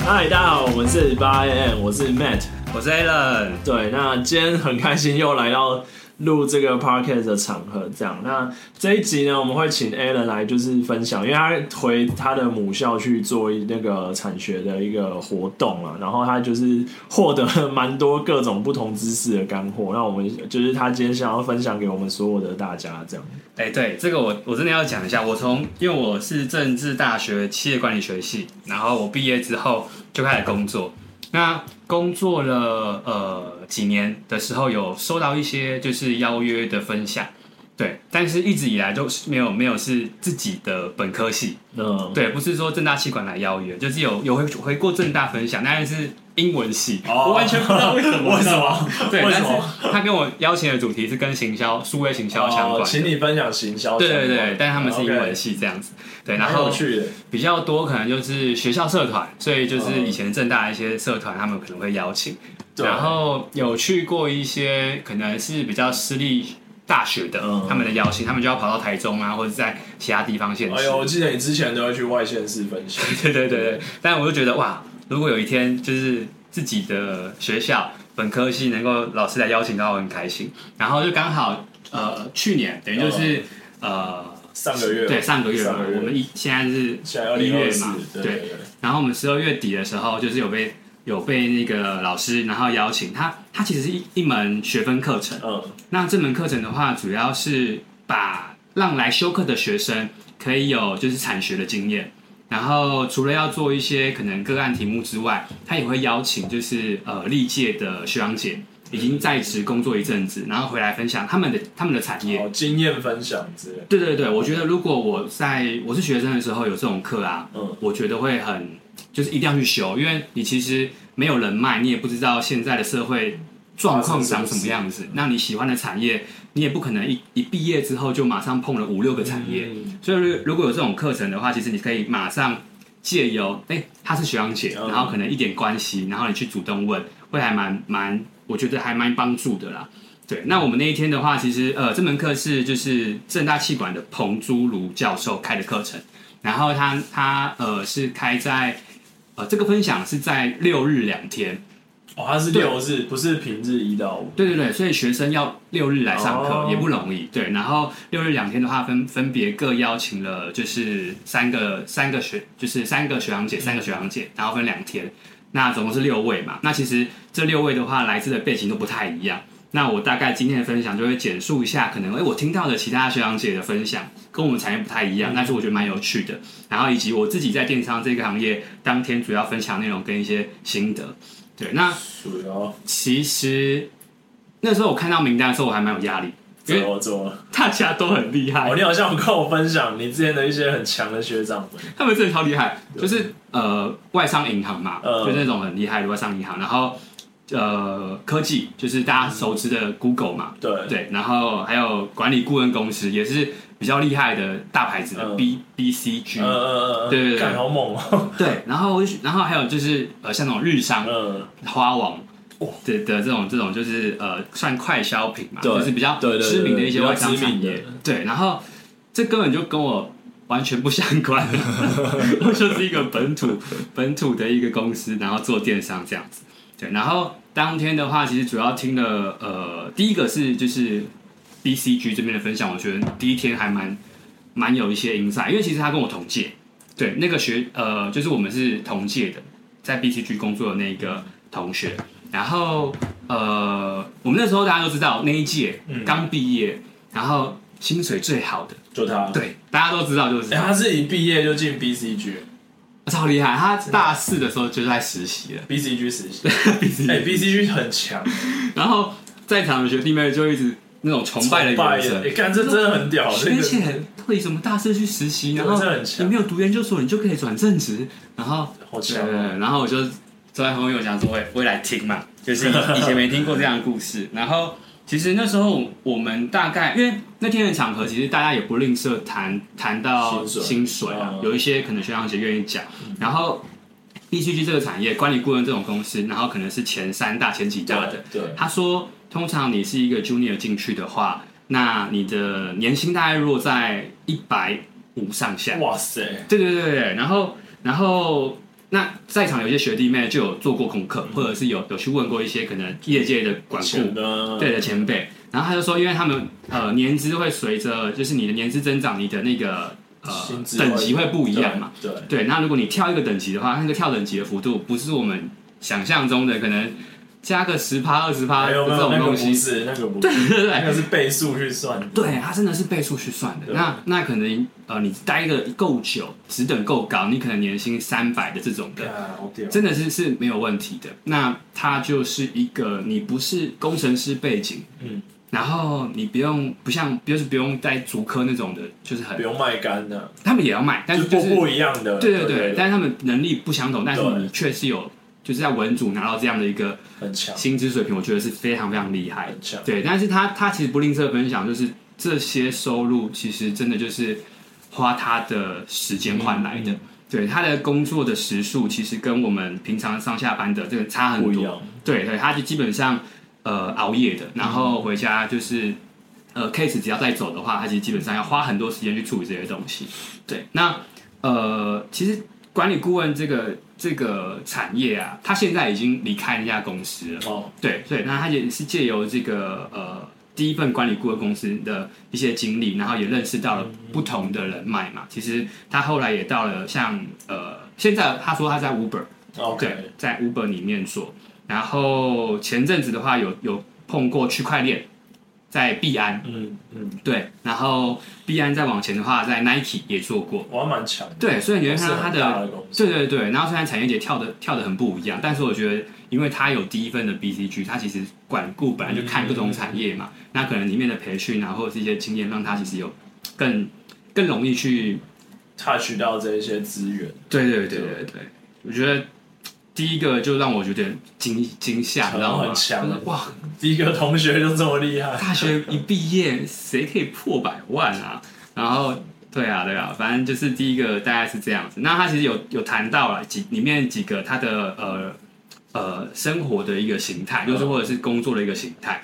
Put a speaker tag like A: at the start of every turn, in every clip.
A: 嗨，大家好，我们是八 AM，我是 Matt。
B: 我是 Alan，
A: 对，那今天很开心又来到录这个 podcast 的场合，这样。那这一集呢，我们会请 Alan 来就是分享，因为他回他的母校去做一那个产学的一个活动啊，然后他就是获得了蛮多各种不同知识的干货。那我们就是他今天想要分享给我们所有的大家，这样。
B: 哎、对这个我我真的要讲一下，我从因为我是政治大学企业管理学系，然后我毕业之后就开始工作，那工作了呃几年的时候，有收到一些就是邀约的分享，对，但是一直以来都是没有没有是自己的本科系，
A: 嗯，
B: 对，不是说正大气管来邀约，就是有有回回过正大分享，但是英文系，
A: 哦
B: 我完全不知道为什 么，
A: 为什么？
B: 对，
A: 为
B: 但
A: 什
B: 是
A: 么？
B: 他跟我邀请的主题是跟行销、数位行销相关
A: 哦
B: 的。
A: 请你分享行销
B: 对
A: 相
B: 对
A: 关。
B: 对，但他们是英文
A: OK，
B: 系这样子。对，然
A: 蛮有
B: 后
A: 趣的。
B: 比较多可能就是学校社团，所以就是以前正大一些社团，他们可能会邀请。
A: 嗯对
B: 然后有去过一些可能是比较私立大学的
A: 嗯，
B: 他们的邀请，他们就要跑到台中啊，或者在其他地方现
A: 哎
B: 实
A: 呦，。我记得你之前都会去外县市分享。
B: 对对对对，但我就觉得哇，如果有一天就是自己的学校本科系能够老师来邀请到，我很开心。然后就刚好呃去年等于就是、
A: 嗯
B: 呃
A: 上个月
B: 对上个月嘛
A: 上个月
B: 我们一现在是
A: 现在二
B: 一
A: 零
B: 月
A: 二四
B: 嘛，，
A: 对
B: 对
A: 对对
B: 然后我们十二月底的时候，就是有被有被那个老师，然后邀请他，他其实是一一门学分课程。
A: 嗯，
B: 那这门课程的话，主要是把让来修课的学生可以有就是产学的经验。然后除了要做一些可能个案题目之外，他也会邀请就是呃历届的学长姐已经在职工作一阵子，然后回来分享他们的他们的产业。
A: 好经验分享之类的，
B: 对对对，我觉得如果我在我是学生的时候有这种课啊，
A: 嗯
B: 我觉得会很就是一定要去修，因为你其实没有人脉，你也不知道现在的社会状况长什么样子。那你喜欢的产业，你也不可能一一毕业之后就马上碰了五六个产业。
A: 嗯
B: 所以如如果有这种课程的话，其实你可以马上借由哎、他是学长姐，
A: 嗯
B: 然后可能一点关系，然后你去主动问，会还蛮蛮，我觉得还蛮帮助的啦。对，那我们那一天的话，其实呃，这门课是就是正大气管的彭珠如教授开的课程，然后他他呃是开在呃这个分享是在六日两天，
A: 哦，它是六日，不是平日一到五，
B: 对对对，所以学生要六日来上课、
A: 哦
B: 也不容易。对，然后六日两天的话分，分别各邀请了就是三个三个学，就是三个学长姐，三个学长姐，然后分两天，那总共是六位嘛。那其实这六位的话，来自的背景都不太一样。那我大概今天的分享就会简述一下，可能哎我听到的其他学长姐的分享跟我们产业不太一样，但是我觉得蛮有趣的。然后以及我自己在电商这个行业当天主要分享内容跟一些心得。对，那
A: 属于哦，
B: 其实那时候我看到名单的时候，我还蛮有压力，因
A: 怎
B: 为
A: 么怎么？
B: 大家都很厉害
A: 哦，，你好像有跟我分享你之前的一些很强的学长们，
B: 他们真的超厉害，就是呃外商银行嘛，
A: 嗯
B: 就是那种很厉害的外商银行，然后呃科技就是大家熟知
A: 嗯
B: 的 Google 嘛，
A: 对，
B: 对，然后还有管理顾问公司也是比较厉害的大牌子的
A: 嗯
B: B B C G，
A: 嗯嗯嗯，
B: 对对对
A: 干好猛 哦，
B: 对，然后我就然后还有就是呃像那种日商，
A: 嗯，
B: 花王
A: 哇
B: 的的这种这种就是呃算快消品嘛，
A: 对
B: 就是比较
A: 对对对
B: 知名的一
A: 比
B: 些
A: 较
B: 外商
A: 知名
B: 产业
A: 的。
B: 对，然后这根本就跟我完全不相关， 我就是一个本土本土的一个公司，然后做电商这样子。对，然后当天的话，其实主要听了呃，第一个是就是 B C G 这边的分享，我觉得第一天还蛮蛮有一些 i 赛，因为其实他跟我同届，对，那个学呃，就是我们是同届的，在 B C G 工作的那个同学，然后呃，我们那时候大家都知道那一届
A: 嗯
B: 刚毕业，然后薪水最好的，
A: 就他，
B: 对，大家都知道就是
A: 哎，他是一毕业就进 BCG，BCG
B: 超厉害，他大四的时候就在实习了，
A: 实 习，哎，BCG 很强，
B: 然后在场的学弟妹就一直那种崇拜的眼神，
A: 哎，干这真的很屌，这
B: 学
A: 个
B: 姐到底什么大四去实习，
A: 这
B: 然
A: 个
B: 后
A: 真的很
B: 你
A: 强，
B: 没有读研究所，你就可以转正职，然后
A: 好
B: 对，
A: 强
B: 对
A: 哦，
B: 对然后我就坐在后面，我想说我也我也来听嘛，就是以以前没听过这样的故事。然后其实那时候我们大概因为那天的场合，其实大家也不吝啬谈谈到
A: 薪水
B: 薪水啊，
A: 嗯
B: 有一些可能学长姐愿意讲。然后 B C G 这个产业，管理顾问这种公司，然后可能是前三大、前几大的。
A: 对，对，
B: 他说，通常你是一个 junior 进去的话，那你的年薪大概落在一百五上下。
A: 哇塞，
B: 对对对对，然后然后那在场有些学弟妹就有做过功课，或者是有有去问过一些可能业界的管
A: 嗯钱嗯
B: 顾
A: 的
B: 对的前辈，然后他就说，因为他们呃年资会随着就是你的年资增长，你的那个呃
A: 薪资
B: 等级会不一样嘛。，
A: 对，对
B: 对，那如果你跳一个等级的话，那个跳等级的幅度不是我们想象中的，可能加个十趴、二十趴
A: 没有没
B: 这
A: 有
B: 种
A: 那个
B: 东
A: 不
B: 西，
A: 是那个不
B: 对
A: 是，
B: 对对
A: 那。个是倍数去算的，
B: 对，它真的是倍数去算的。
A: 对
B: 那那可能呃，你待的够久，职等够高，你可能年薪三百的这种的，
A: 啊，好屌，
B: 真的是是没有问题的。那它就是一个你不是工程师背景，
A: 嗯，
B: 然后你不用不像就是不用在足科那种的，就是
A: 不
B: 很
A: 用卖干的，
B: 他们也要卖，但
A: 就是
B: 就
A: 不
B: 是
A: 不一样的，
B: 对
A: 对
B: 对对，但是他们能力不相同，但是
A: 对
B: 你确实有就是在文组拿到这样的一个
A: 很强
B: 薪资水平，我觉得是非常非常厉害的
A: 很强，
B: 对，但是他他其实不吝啬分享，就是这些收入其实真的就是花他的时间换来的。
A: 嗯
B: 对他的工作的时数，其实跟我们平常上下班的这个差
A: 不
B: 很
A: 一
B: 多。
A: 样，
B: 对对，他就基本上呃熬夜的，然后回家就是呃 case 只要再走的话，他其实基本上要花很多时间去处理这些东西。对，那呃其实管理顾问这个这个产业啊，他现在已经离开那家公司了。
A: 哦，
B: 对对，那他也是借由这个呃第一份管理顾问公司的一些经历，然后也认识到了不同的人脉嘛。其实他后来也到了像呃，现在他说他在 Uber，对
A: OK，，
B: 在 Uber 里面做。然后前阵子的话有有碰过区块链，在币安
A: 嗯嗯，
B: 对，然后币安再往前的话，在 Nike 也做过。
A: 我还蛮强的，
B: 对，所以你会看
A: 是
B: 到他
A: 很
B: 的
A: 大的公司，
B: 对对对，然后虽然产业节跳的跳的很不一样，但是我觉得，因为他有第一份的 BCG，他其实管顾本来就看不
A: 嗯
B: 同产业嘛，那可能里面的培训啊，或者是一些经验，让他其实有更更容易去。
A: touch 到这一些资源，
B: 对对对对对，我觉得第一个就让我有点惊惊吓，你知道吗？
A: 很强
B: 就是哇，
A: 第一个同学就这么厉害，
B: 大学一毕业，谁可以破百万啊？然后，对啊，对啊，反正就是第一个大概是这样子。那他其实有有谈到了几里面几个他的呃呃生活的一个形态，
A: 嗯
B: 就是或者是工作的一个形态。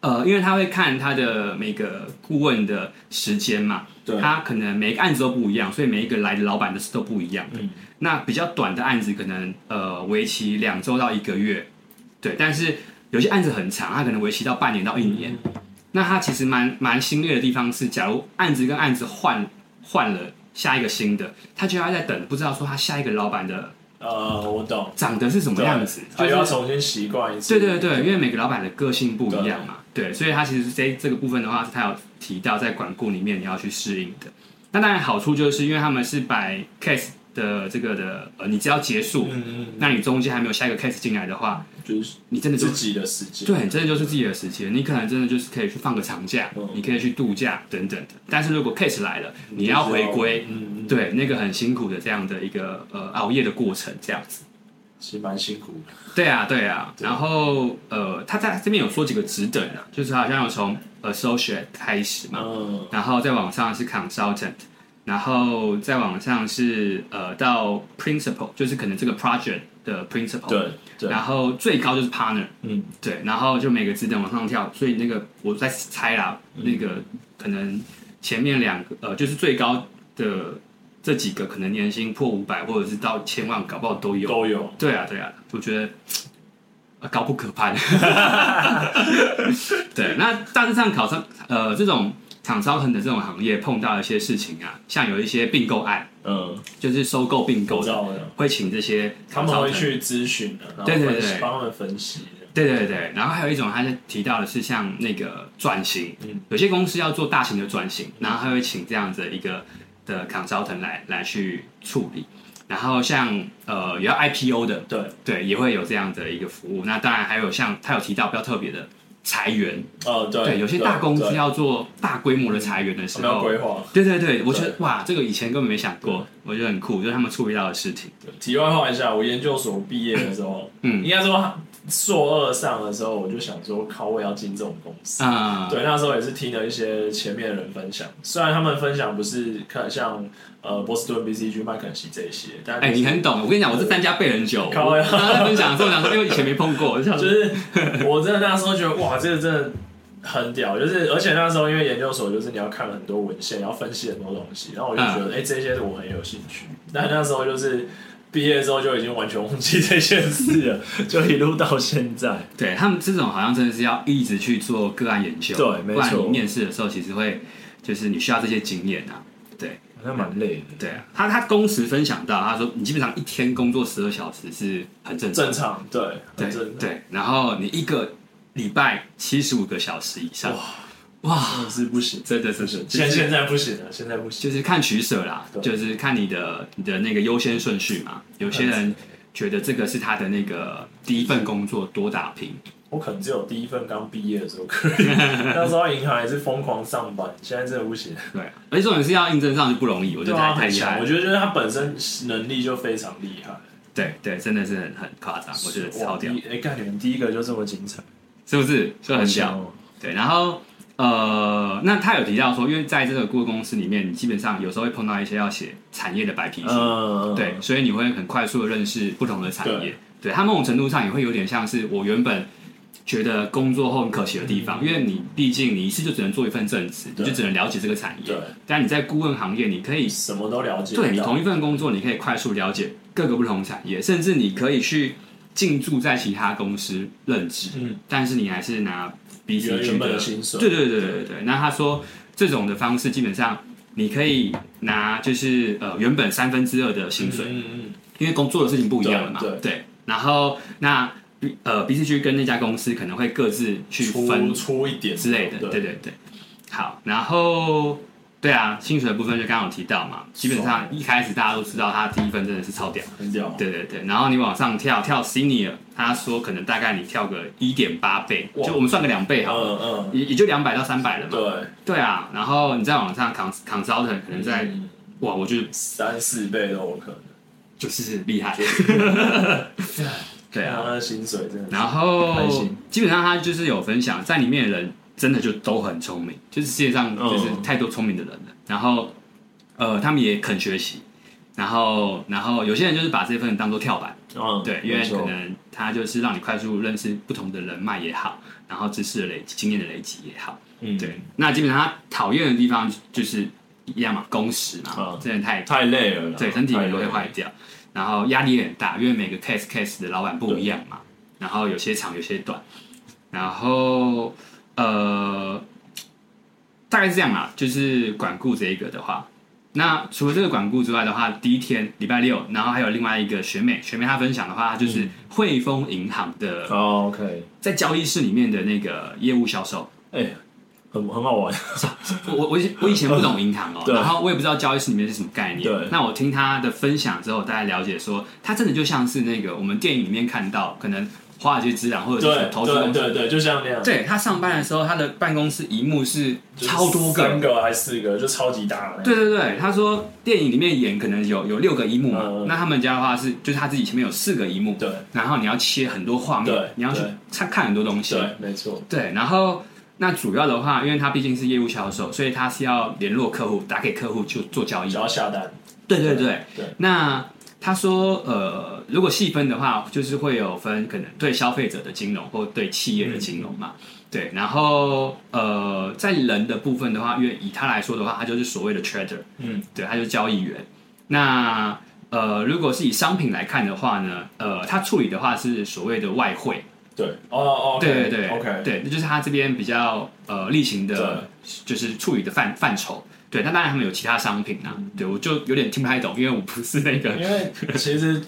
B: 呃，因为他会看他的每个顾问的时间嘛，
A: 对
B: 他可能每个案子都不一样，所以每一个来的老板的事都不一样。
A: 嗯
B: 那比较短的案子可能呃为期两周到一个月，对，但是有些案子很长，它可能为期到半年到一年。那它其实蛮蛮心累的地方是，假如案子跟案子换换了下一个新的，他就要在等，不知道说他下一个老板的
A: 呃，我懂，
B: 长得是什么
A: 哦对
B: 样子，
A: 他
B: 就
A: 又要
B: 是
A: 重新习惯一次，
B: 对对对，因为每个老板的个性不一样嘛，对，所以他其实这这个部分的话，他有提到在管顾里面你要去适应的。那当然好处就是因为他们是摆 case 的这个的，呃，你只要结束，
A: 嗯嗯，
B: 那你中间还没有下一个 case 进来的话，
A: 就是
B: 你真的就
A: 自己的世界，
B: 对，真的就是自己的时间，你可能真的就是可以去放个长假，
A: 嗯
B: 你可以去度假等等的。但是如果 case 来了，你要回归，
A: 嗯，嗯，
B: 对那个很辛苦的这样的一个呃熬夜的过程，这样子。
A: 其实蛮辛苦的，
B: 对啊，对啊。然后呃，他在这边有说几个职等啊，就是好像有从 associate 开始嘛，
A: 嗯，
B: 然后再往上是 consultant，然后再往上是呃到 principal，就是可能这个 project 的 principal，
A: 对对，
B: 然后最高就是 partner。
A: 嗯，
B: 对，然后就每个职等往上跳，所以那个我在猜啦，
A: 嗯
B: 那个可能前面两个呃，就是最高的这几个可能年薪破五百或者是到千万，搞不好都有。
A: 都有，
B: 对啊，对啊，我觉得、呃、高不可 攀。 对，那大致上考上呃这种厂商很的这种行业碰到一些事情啊，像有一些并购案，
A: 嗯，
B: 就是收购并
A: 我
B: 购
A: 知
B: 的，
A: 道我知道
B: 会请这些
A: 他们会
B: consultant
A: 去咨询的，然后
B: 对对
A: 分析
B: 对
A: 帮他们分析的，
B: 对对对，然后还有一种，他就提到的是像那个转型，
A: 嗯
B: 有些公司要做大型的转型，然后他会请这样子一个的 consultant 来来去处理，然后像呃也要 IPO 的，
A: 对，
B: 对，也会有这样的一个服务。那当然还有像他有提到比较特别的裁员，
A: 哦对，
B: 对，有些大公司
A: 对
B: 要做大规模的裁员的
A: 他
B: 时
A: 们要
B: 候。
A: 规划。
B: 对对对，我觉得
A: 对
B: 哇，这个以前根本没想过，我觉得很酷，就是他们处理到的事情。
A: 题外话一下，我研究所毕业的时候，
B: 嗯
A: 应该说硕二上的时候，我就想说，靠，我也要进这种公司。
B: 啊、
A: 对，那时候也是听了一些前面的人分享，虽然他们分享不是看像呃波士顿 BCG、麦肯锡这一些，但
B: 哎、你很懂，我跟你讲，我这三家背很久，我
A: 靠
B: 刚刚在分享的时候，我想说，因为以前没碰过，我就想说
A: 就是我真的那时候觉得哇，这个真的很屌，就是而且那时候因为研究所就是你要看很嗯多文献，要分析很多东西，然后我就觉得哎、这些我很有兴趣。但那时候就是毕业之后就已经完全忘记这件事了，就一路到现在。
B: 对他们这种好像真的是要一直去做个案研究，
A: 对没错
B: 不然你面试的时候其实会就是你需要这些经验啊。对
A: 好像蛮累的，
B: 对啊，他他工时分享到，他说你基本上一天工作十二小时是很正常
A: 正
B: 的，
A: 常，对，很
B: 对
A: 正常，
B: 对，然后你一个礼拜七十五个小时以上，哇，
A: 真的是不行，
B: 真的是
A: 不行，
B: 就
A: 现
B: 是
A: 现在不行了，现在不行。
B: 就是看取舍啦，
A: 对
B: 就是看你的你的那个优先顺序嘛。有些人觉得这个是他的那个第一份工作多打拼，
A: 我可能只有第一份刚毕业的时候可 以，那时候银行也是疯狂上班，现在真的不行。
B: 对，啊而且重点是要应征上就不容易，我觉
A: 对
B: 得
A: 啊，很
B: 太太厉害
A: 强，我
B: 了，
A: 觉得就是他本身能力就非常厉害。
B: 对对，真的是很很夸张，我觉得超屌
A: 哇，第一哎，看你们第一个就这么精彩，
B: 是不是？就很屌。
A: 强哦。
B: 对，然后呃，那他有提到说，因为在这个顾问公司里面，你基本上有时候会碰到一些要写产业的白皮书，
A: 嗯，
B: 对，所以你会很快速的认识不同的产业
A: 对。
B: 对，它某种程度上也会有点像是我原本觉得工作后很可惜的地方，因为你毕竟你一次就只能做一份正职，你
A: 嗯对
B: 就只能了解这个产业
A: 对。
B: 但你在顾问行业，你可以
A: 什么都了解到。
B: 对你同一份工作，你可以快速了解各个不同产业，甚至你可以去进驻在其他公司任职，
A: 嗯，
B: 但是你还是拿 B C
A: 原
B: G
A: 原本
B: 的
A: 的薪水，
B: 对对对对对。那他说这种的方式，基本上你可以拿就是呃原本三分之二的薪水，
A: 嗯嗯
B: 因为工作的事情不一样了嘛。
A: 对对
B: 然后那呃 B C G 跟那家公司可能会各自去
A: 嗯，
B: 分
A: 出出一点
B: 之类的。对
A: 对，
B: 对对。好，然后对啊，薪水的部分就刚刚有提到嘛，基本上一开始大家都知道他第一份真的是超屌。
A: 很屌。
B: 对对对，然后你往上跳跳 senior，他说可能大概你跳个一点八倍，
A: 哇
B: 就我们算个两倍好了，
A: 嗯嗯，嗯
B: 也也就两百到三百了嘛。
A: 对，
B: 对啊，然后你再往上 con consultant 可能在、
A: 嗯
B: 哇，我觉得
A: 三四倍都有可能。
B: 就是厉害。 对
A: 看
B: 啊，
A: 他的薪水真的是。
B: 然后
A: 开心
B: 基本上他就是有分享，在里面的人真的就都很聪明，就是世界上
A: 嗯
B: 就是太多聪明的人了。然后呃，他们也肯学习，然后然后有些人就是把这份当做跳板，
A: 嗯，
B: 对，因为
A: 没错
B: 可能他就是让你快速认识不同的人脉也好，然后知识的累积、经验的累积也好。
A: 嗯
B: 对，那基本上他讨厌的地方就是一样嘛，工时嘛
A: 嗯，
B: 真的太
A: 太累了啦，
B: 对身体
A: 太
B: 也
A: 累
B: 会
A: 了
B: 坏掉，然后压力也很大，因为每个 case case 的老板不一样嘛，然后有些长有些短，然后呃，大概是这样啦，就是管顾这一个的话。那除了这个管顾之外的话，第一天礼拜六，然后还有另外一个学妹，学妹她分享的话，她就是汇丰银行的
A: 哦，OK，
B: 在交易室里面的那个业务销售，
A: 哎、很很好玩，
B: 我我我以前我以前 不懂银行哦，
A: 对
B: 然后我也不知道交易室里面是什么概念。
A: 对
B: 那我听他的分享之后，大概了解说，它真的就像是那个我们电影里面看到，可能华尔街之狼或者是什么
A: 对
B: 投资公
A: 对
B: 司，
A: 对对，就像那样，
B: 对他上班的时候，他的办公室一幕是
A: 就是
B: 超多
A: 三
B: 个。
A: 个还是四个，就超级大的那种，
B: 对对对，他说电影里面演可能有有六个一幕嘛，
A: 嗯嗯
B: 那他们家的话是就是他自己前面有四个一幕，
A: 对
B: 然后你要切很多画面
A: 对，
B: 你要去
A: 对
B: 看看很多东西，
A: 对，没错，
B: 对，然后那主要的话，因为他毕竟是业务销售，所以他是要联络客户，打给客户就做交易
A: 只。要下单，
B: 对对对。
A: 对
B: 那他说，呃，如果细分的话，就是会有分可能对消费者的金融或对企业的金融嘛。对，然后呃，在人的部分的话，因为以他来说的话，他就是所谓的 trader，
A: 嗯，
B: 对，他就是交易员。那呃，如果是以商品来看的话呢，呃，他处理的话是所谓的外汇，
A: 对，哦哦，
B: 对对对
A: ，OK，
B: 对，那就是他这边比较呃例行的，就是处理的范范畴。对，那当然他们有其他商品啊。
A: 嗯
B: 对我就有点听不太懂，因为我不是 那个
A: 因为其实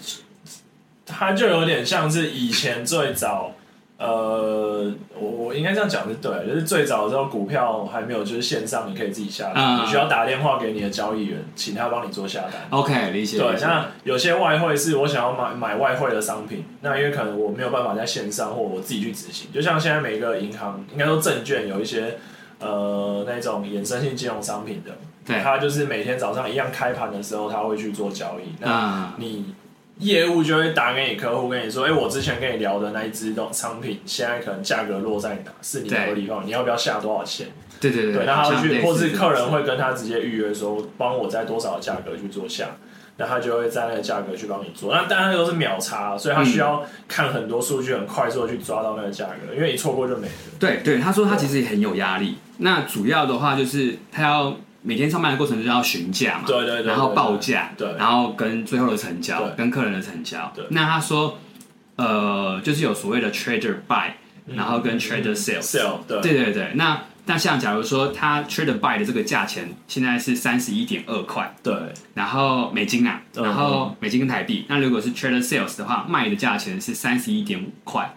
A: 它就有点像是以前最早，呃，我我应该这样讲是对的，就是最早的时候股票还没有就是线上你可以自己下单，
B: 嗯
A: 你需要打电话给你的交易员，请他帮你做下单。
B: OK 理解。
A: 对
B: 理，解
A: 那有些外汇是我想要买买外汇的商品，那因为可能我没有办法在线上或我自己去执行，就像现在每个银行，应该说证券有一些呃那种衍生性金融商品的，
B: 对，
A: 它就是每天早上一样开盘的时候，它会去做交易。那
B: 啊
A: 你业务就会打给你客户，跟你说，哎、我之前跟你聊的那一只东商品，现在可能价格落在哪，是你
B: 对
A: 合理范围，你要不要下多少钱？
B: 对对
A: 对，
B: 对，
A: 那他
B: 像
A: 会
B: 类
A: 去，
B: 似
A: 或是
B: 这
A: 客
B: 种
A: 人会跟他直接预约说，帮我在多少价格去做下，那他就会在那个价格去帮你做。那当然那都是秒差，啊所以
B: 嗯
A: 他需要看很多数据，很快速的去抓到那个价格，因为你错过就没了。
B: 对对，他说他其实也很有压力。那主要的话就是他要每天上班的过程就是要询价嘛，
A: 对对对对
B: 然后报价，
A: 对
B: 然后跟最后的成交，
A: 对
B: 跟客人的成交
A: 对。
B: 那他说，呃，就是有所谓的 trader buy，然
A: 嗯
B: 嗯后跟 trader sales，
A: sale 对
B: 对对对，那那像假如说他 trader buy 的这个价钱现在是三十一点二块，
A: 对
B: 然后美金啊，
A: 嗯
B: 然后美金跟台币。那如果是 trader sales 的话，卖的价钱是三十一点五块，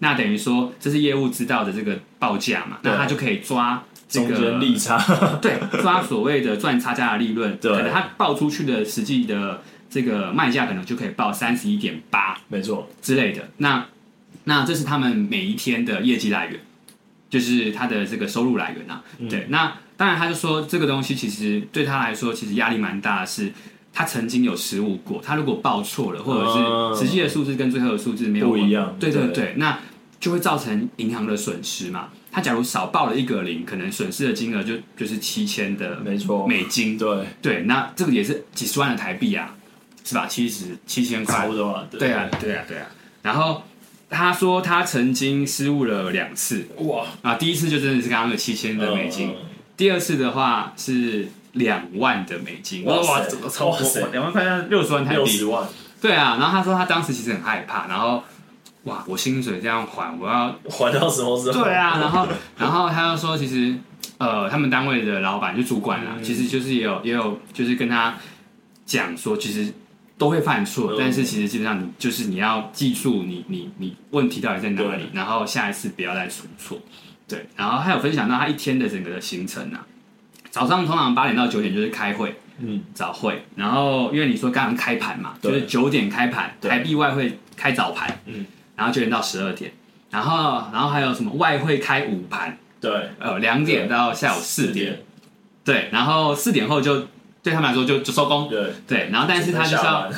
B: 那等于说这是业务知道的这个报价嘛，
A: 对
B: 那他就可以抓这
A: 中
B: 个
A: 间利差，
B: 对，抓所谓的赚差价的利润，
A: 对
B: 可能他报出去的实际的这个卖价可能就可以报三十一点八
A: 没错，
B: 之类的。那那这是他们每一天的业绩来源，就是他的这个收入来源啊。
A: 嗯
B: 对，那当然他就说这个东西其实对他来说其实压力蛮大的是。他曾经有失误过，他如果报错了，或
A: 嗯
B: 者是实际的数字跟最后的数字没有
A: 不一样
B: 对对
A: 对
B: 对，那就会造成银行的损失嘛。他假如少报了一个零，可能损失的金额就就是七千的
A: 没错，
B: 美金，
A: 对，
B: 对，那这个也是几十万的台币啊，是吧？七十七千块
A: 差不多了，
B: 对啊，，对啊，对啊。然后他说他曾经失误了两次
A: 哇，
B: 啊，第一次就真的是刚刚的七千的美金，
A: 嗯
B: 第二次的话是两万的美金，
A: 哇塞
B: 怎么
A: 哇塞
B: 两万块钱六十万台
A: 六
B: 币
A: 十，万，
B: 对啊。然后他说他当时其实很害怕，然后哇，我薪水这样还，我要
A: 还到什么时候？
B: 对啊，然后然后他又说，其实呃，他们单位的老板就主管
A: 嗯
B: 啦，其实就是也有也有就是跟他讲说，其实都会犯错，
A: 嗯
B: 但是其实基本上你就是你要记住你你你问题到底在哪里
A: 对，
B: 然后下一次不要再出错。对，然后还有分享到他一天的整个的行程啊，早上通常八点到九点就是开会，
A: 嗯，
B: 早会，然后因为你说刚刚开盘嘛，就
A: 对
B: 是九点开盘，
A: 对
B: 台币外汇开早盘，
A: 嗯，
B: 然后九点到十二点，然后然后还有什么外汇开午盘，
A: 对，
B: 呃，两点到下午四点，，对，然后四点后就对他们来说就就收工，
A: 对，
B: 对，然后但是他就是
A: 下
B: 要
A: 班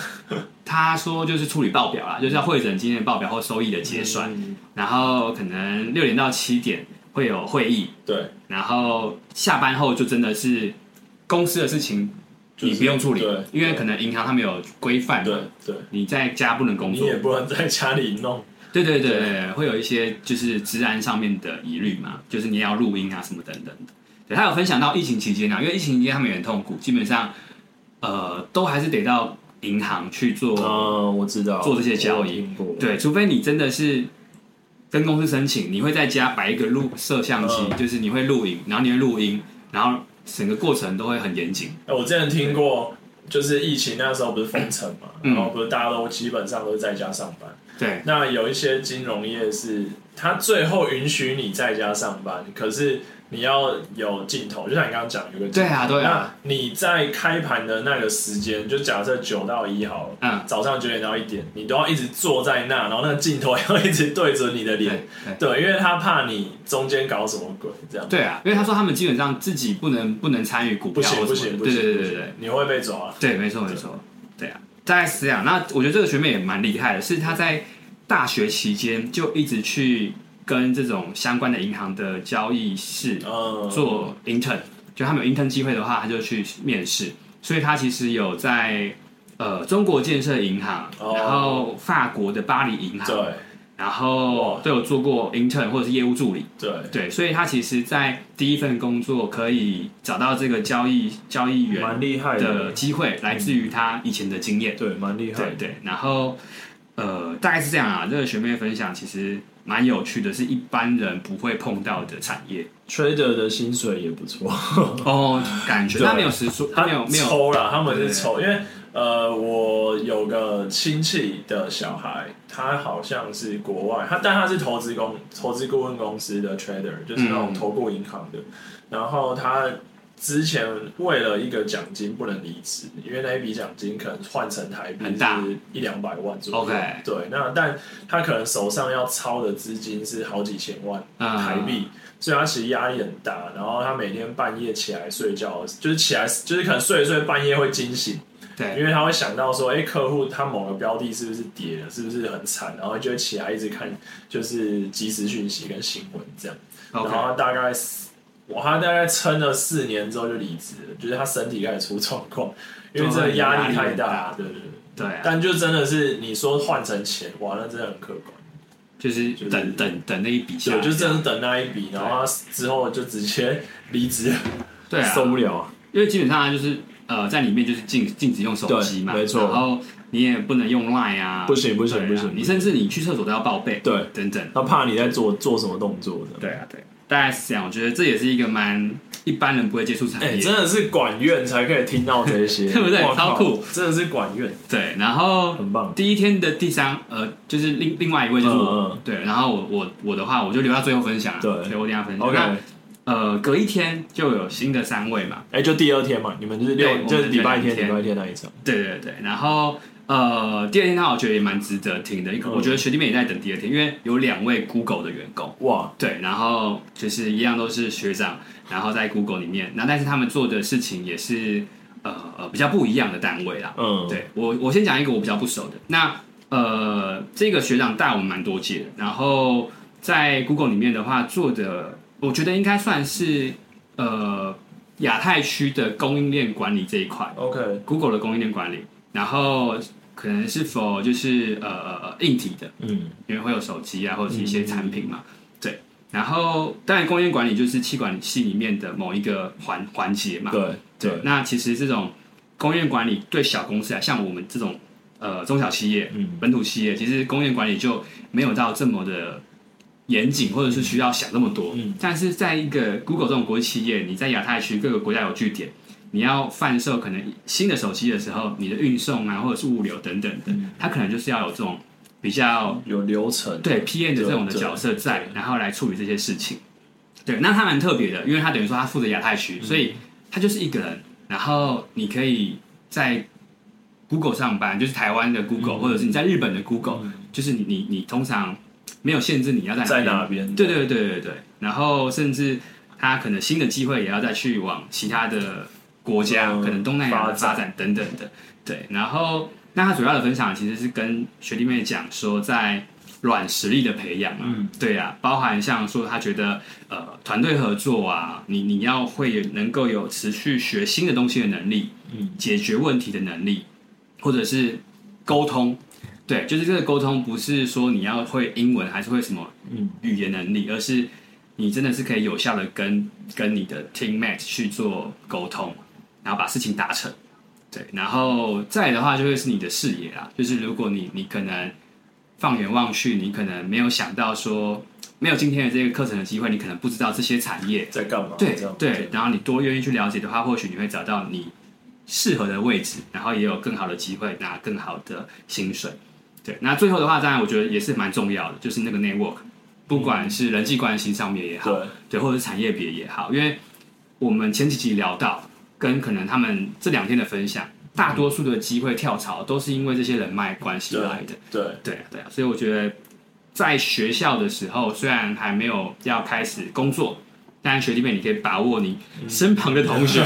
B: 他说就是处理报表啦，就是要会诊今天的报表或收益的结算，
A: 嗯
B: 然后可能六点到七点会有会议，
A: 对，
B: 然后下班后就真的是公司的事情，
A: 就是
B: 你不用处理，
A: 对
B: 因为可能银行他们有规范，
A: 对对，
B: 你在家不能工
A: 你
B: 作
A: 也，不能在家里弄，
B: 对对对对，对会有一些就是治安上面的疑虑嘛，就是你也要录音啊什么等等的。对，他有分享到疫情期间啊，因为疫情期间他们也很痛苦，基本上呃都还是得到银行去做
A: 嗯，我知道，
B: 做这些交易
A: 我有听过，
B: 对，除非你真的是跟公司申请，你会在家摆一个录摄像机，
A: 嗯
B: 就是你会录影，然后你会录音，然后整个过程都会很严谨。
A: 哎，我之前听过，就是疫情那时候不是封城嘛，
B: 嗯
A: 然后不是大家都基本上都是在家上班。
B: 对，
A: 那有一些金融业是，它最后允许你在家上班，可是你要有镜头，就像你刚刚讲有个镜头
B: 对啊，对啊，
A: 那你在开盘的那个时间，就假设九到一好了，
B: 嗯，
A: 早上九点到一点，你都要一直坐在那，然后那个镜头要一直对准你的
B: 对
A: 脸，
B: 对
A: 对，因为他怕你中间搞什么鬼这样。
B: 哎对啊，因为他说他们基本上自己不能不能参与股
A: 不
B: 票
A: 行
B: 或
A: 不
B: 什
A: 行
B: 么
A: 不
B: 的，
A: 行，
B: 对对对
A: 不
B: 对
A: 行
B: 对
A: 你会被抓。
B: 对，没错没错，对啊，大概是这样。那我觉得这个学妹也蛮厉害的，是她在大学期间就一直去跟这种相关的银行的交易室
A: 嗯，
B: 做 intern，就他们有 intern 机会的话，他就去面试。所以他其实有在呃中国建设银行，
A: 哦
B: 然后法国的巴黎银行，
A: 对
B: 然后都有做过 intern 或者是业务助理。
A: 对
B: 对，所以他其实，在第一份工作可以找到这个交易交易员
A: 蛮厉害
B: 的
A: 的，
B: 机会，来自于他以前的经验。
A: 对，蛮厉害
B: 对
A: 的。
B: 对，然后呃，大概是这样啊。这个学妹分享其实蛮有趣的，是一般人不会碰到的产业。
A: Trader 的薪水也不错，
B: 哦，感觉
A: 对
B: 他没有实数，他没有没有，
A: 抽啦，他们是抽，因为呃，我有个亲戚的小孩，他好像是国外，他但他是投资公投资顾问公司的 trader，就是那种
B: 嗯
A: 投顾银行的，然后他。之前为了一个奖金不能离职，因为那一笔奖金可能换成台币
B: 很大
A: 是一两百万左右。
B: OK
A: 对，那但他可能手上要操的资金是好几千万
B: 嗯
A: 台币，所以他其实压力很大。然后他每天半夜起来睡觉，就是起来就是可能睡一睡，半夜会惊醒，
B: 对
A: 因为他会想到说，哎、客户他某个标的是不是跌了，是不是很惨，然后就会起来一直看就是即时讯息跟新闻这样。然
B: ，OK，
A: 后他大概四，哇，他大概撑了四年之后就离职了，就是他身体开始出状况，因为这个压力太大。对对对。
B: 对啊，
A: 但就真的是你说换成钱，哇，那真的很可观。
B: 就是
A: 就是
B: 等等等那一笔下
A: 对，
B: 来，
A: 就真的等那一笔，然后他之后就直接离职，
B: 对啊，
A: 不了啊。
B: 因为基本上它就是呃，在里面就是禁禁止用手机嘛，
A: 对没错
B: 然后你也不能用 Line 啊，
A: 不行不行
B: 对啊
A: 不行
B: 你甚至你去厕所都要报备，
A: 对，
B: 等等，
A: 他怕你在做做什么动作的。
B: 对啊，对，大概是这样。我觉得这也是一个蛮一般人不会接触产
A: 哎、
B: 业，
A: 真的是管院才可以听到这些，
B: 对不对
A: 哇靠
B: 超酷，
A: 真的是管院，
B: 对。然后
A: 很棒。
B: 第一天的第三，呃，就是另另外一位就是我，
A: 嗯嗯
B: 对，然后我我我的话我就留到最后分享啊，
A: 对
B: 所以我等一下分享。
A: OK，
B: 那
A: 哎、
B: 呃，隔一天就有新的三位嘛，
A: 就第二天嘛，你们就是
B: 对我
A: 六，
B: 们
A: 就是礼拜
B: 就
A: 天，
B: 两天
A: 礼拜天那一场。
B: 对对对，然后。呃，第二天他我觉得也蛮值得听的，因为
A: 嗯
B: 我觉得学弟妹也在等第二天，因为有两位 Google 的员工，
A: 哇，
B: 对，然后就是一样都是学长，然后在 Google 里面，那但是他们做的事情也是呃呃比较不一样的单位啦。
A: 嗯，，
B: 对我，我先讲一个我比较不熟的。那呃，这个学长大我们蛮多届的，然后在 Google 里面的话做的，我觉得应该算是呃亚太区的供应链管理这一块
A: OK，
B: ，Google 的供应链管理，然后可能是否就是呃呃呃硬体的。
A: 嗯，
B: 因为会有手机啊，或者是一些产品嘛，对。然后，当然，供应链管理就是气管系里面的某一个环环节嘛。
A: 对对，
B: 那其实这种供应链管理对小公司来，像我们这种呃中小企业、
A: 嗯
B: 本土企业，其实供应链管理就没有到这么的严谨，或者是需要想那么多。
A: 嗯
B: 但是在一个 Google 这种国际企业，你在亚太区各个国家有据点，你要贩售可能新的手机的时候，你的运送啊，或者是物流等等的，
A: 嗯
B: 它可能就是要有这种比较
A: 有流程，
B: 对 PM 的这种的角色在，然后来处理这些事情。对，那他蛮特别的，因为他等于说他负责亚太区，
A: 嗯
B: 所以他就是一个人。然后你可以在 Google 上班，就是台湾的 Google，、
A: 嗯
B: 或者是你在日本的 Google，、就是你你你通常没有限制你要在
A: 在
B: 边
A: 哪边？
B: 对对对对对。然后甚至他可能新的机会也要再去往其他的国家，
A: 嗯
B: 可能东南亚的
A: 发
B: 发展等等的。对，然后那他主要的分享其实是跟学弟妹讲说，在软实力的培养啊，
A: 嗯
B: 对啊，包含像说他觉得呃团队合作啊，你你要会有能够有持续学新的东西的能力，
A: 嗯，
B: 解决问题的能力，或者是沟通。对，就是这个沟通不是说你要会英文还是会什么
A: 嗯
B: 语言能力，而是你真的是可以有效的跟跟你的 team mate 去做沟通，然后把事情达成。对，然后再来的话就会是你的视野啦，就是如果你你可能放眼望去，你可能没有想到说没有今天的这个课程的机会，你可能不知道这些产业
A: 在干嘛？
B: 对
A: 这样
B: 对，，然后你多愿意去了解的话，或许你会找到你适合的位置，然后也有更好的机会拿更好的薪水。对，那最后的话，当然我觉得也是蛮重要的，就是那个 network，不
A: 嗯
B: 管是人际关系上面也好，
A: 对
B: 对，或者是产业别也好，因为我们前几集聊到，跟可能他们这两天的分享，大多数的机会跳槽都是因为这些人脉关系
A: 对
B: 来的。
A: 对，
B: 对啊，对啊，所以我觉得在学校的时候，虽然还没有要开始工作，但学弟妹你可以把握你身旁的同 学，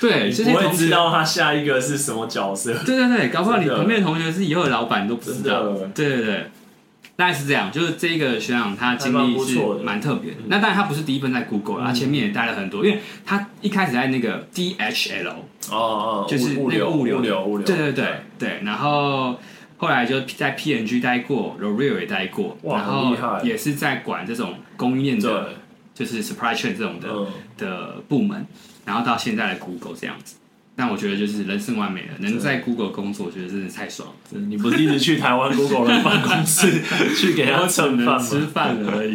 B: 对哎这些
A: 不会
B: 同
A: 知
B: 学，
A: 道他下一个是什么角色。
B: 对对对，搞不好你
A: 真的
B: 旁边的同学是以后的老板你都不知道
A: 真的，
B: 对对对。大概是这样，就是这个学长他经
A: 还蛮
B: 历
A: 不
B: 是
A: 错的
B: 蛮特别的。
A: 嗯
B: 那当然他不是第一份在 Google 啦，他前面也待了很多，因为他一开始在那个 DHL，
A: 哦哦，
B: 就是
A: 物
B: 那个
A: 流
B: 物流
A: 物流物流，
B: 对对对对，然后后来就在 PNG 待过 l o r e a l 也待过，
A: 哇
B: 然
A: 很厉害
B: 后也是在管这种供应链的，
A: 对，
B: 就是 supply chain 这种的、
A: 嗯，
B: 的部门，然后到现在的 Google 这样子。但我觉得就是人生完美了，能在 Google 工作，我觉得真的太爽了。
A: 你不是一直去台湾 Google 的办公室 去给他
B: 我只
A: 蹭饭
B: 能吃
A: 吗？
B: 饭而已。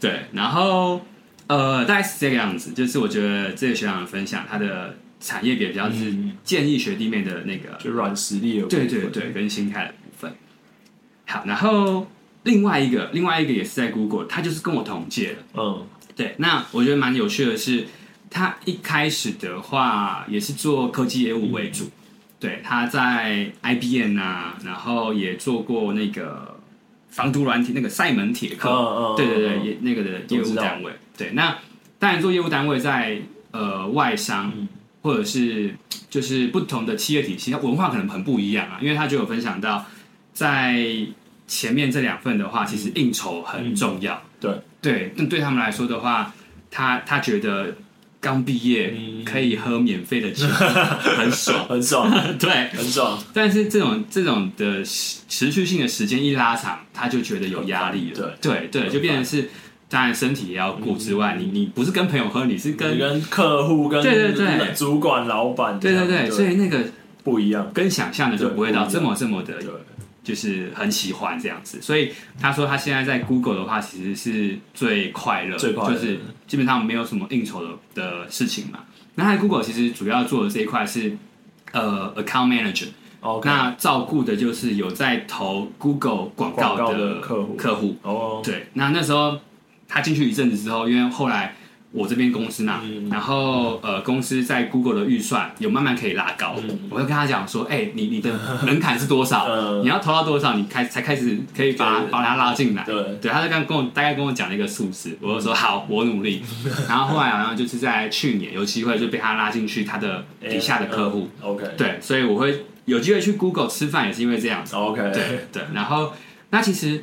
B: 对，然后呃，大概是这个样子。就是我觉得这个学长的分享，他的产业别比较是
A: 嗯
B: 建议学弟妹的那个
A: 就软实力的，
B: 对对，对，跟心态的部分。好，然后另外一个，另外一个也是在 Google，他就是跟我同届的。
A: 嗯，
B: 对，那我觉得蛮有趣的是，他一开始的话也是做科技业务为
A: 嗯
B: 主，对，他在 IBM 啊，然后也做过那个防毒软体那个赛门铁克，
A: 嗯嗯
B: 对对对，
A: 嗯
B: 也那个的业
A: 我知
B: 务
A: 道
B: 单位。对，那当然做业务单位在呃外商、
A: 嗯
B: 或者是就是不同的企业体系，它文化可能很不一样啊，因为他就有分享到，在前面这两份的话，
A: 嗯
B: 其实应酬很重要。
A: 对
B: 对，但对他们来说的话，他他觉得刚毕业
A: 嗯
B: 可以喝免费的酒，很 爽。
A: 很爽，
B: 对，
A: 很爽，
B: 但是这种这种的持持续性的时间一拉长，他就觉得有压力了。对对对，就变成是当然身体也要顾之外，你你不是跟朋友喝，你是
A: 你
B: 跟
A: 跟客户、跟
B: 对对对
A: 主管、老板这
B: 对
A: 样，
B: 嗯对对，所以那个
A: 不一样。
B: 跟想象的就不会到这么这么的
A: 对，
B: 就是很喜欢这样子，所以他说他现在在 Google 的话，其实是最快乐，
A: 最快乐
B: 就是基本上没有什么应酬的的事情嘛。那他在 Google 其实主要做的这一块是呃 account manager，
A: 哦，
B: 那照顾的就是有在投 Google 广告
A: 广告的客户
B: 客户。
A: 哦，
B: 对，那那时候他进去一阵子之后，因为后来我这边公司嘛，
A: 嗯
B: 然后呃公司在 Google 的预算有慢慢可以拉高，我就跟他讲说，哎、你你的门槛是多少？
A: 嗯
B: 你要投到多少，你开才开始可以把
A: 对
B: 把他拉进来？
A: 对
B: 对，他就刚跟我大概跟我讲了一个数字，我就说好，我努力。
A: 嗯
B: 然后后来好像就是在去年有机会就被他拉进去他的
A: 哎
B: 底下的客户，
A: 嗯，OK，
B: 对，所以我会有机会去 Google 吃饭也是因为这样子。
A: ，OK，
B: 对 对，然后那其实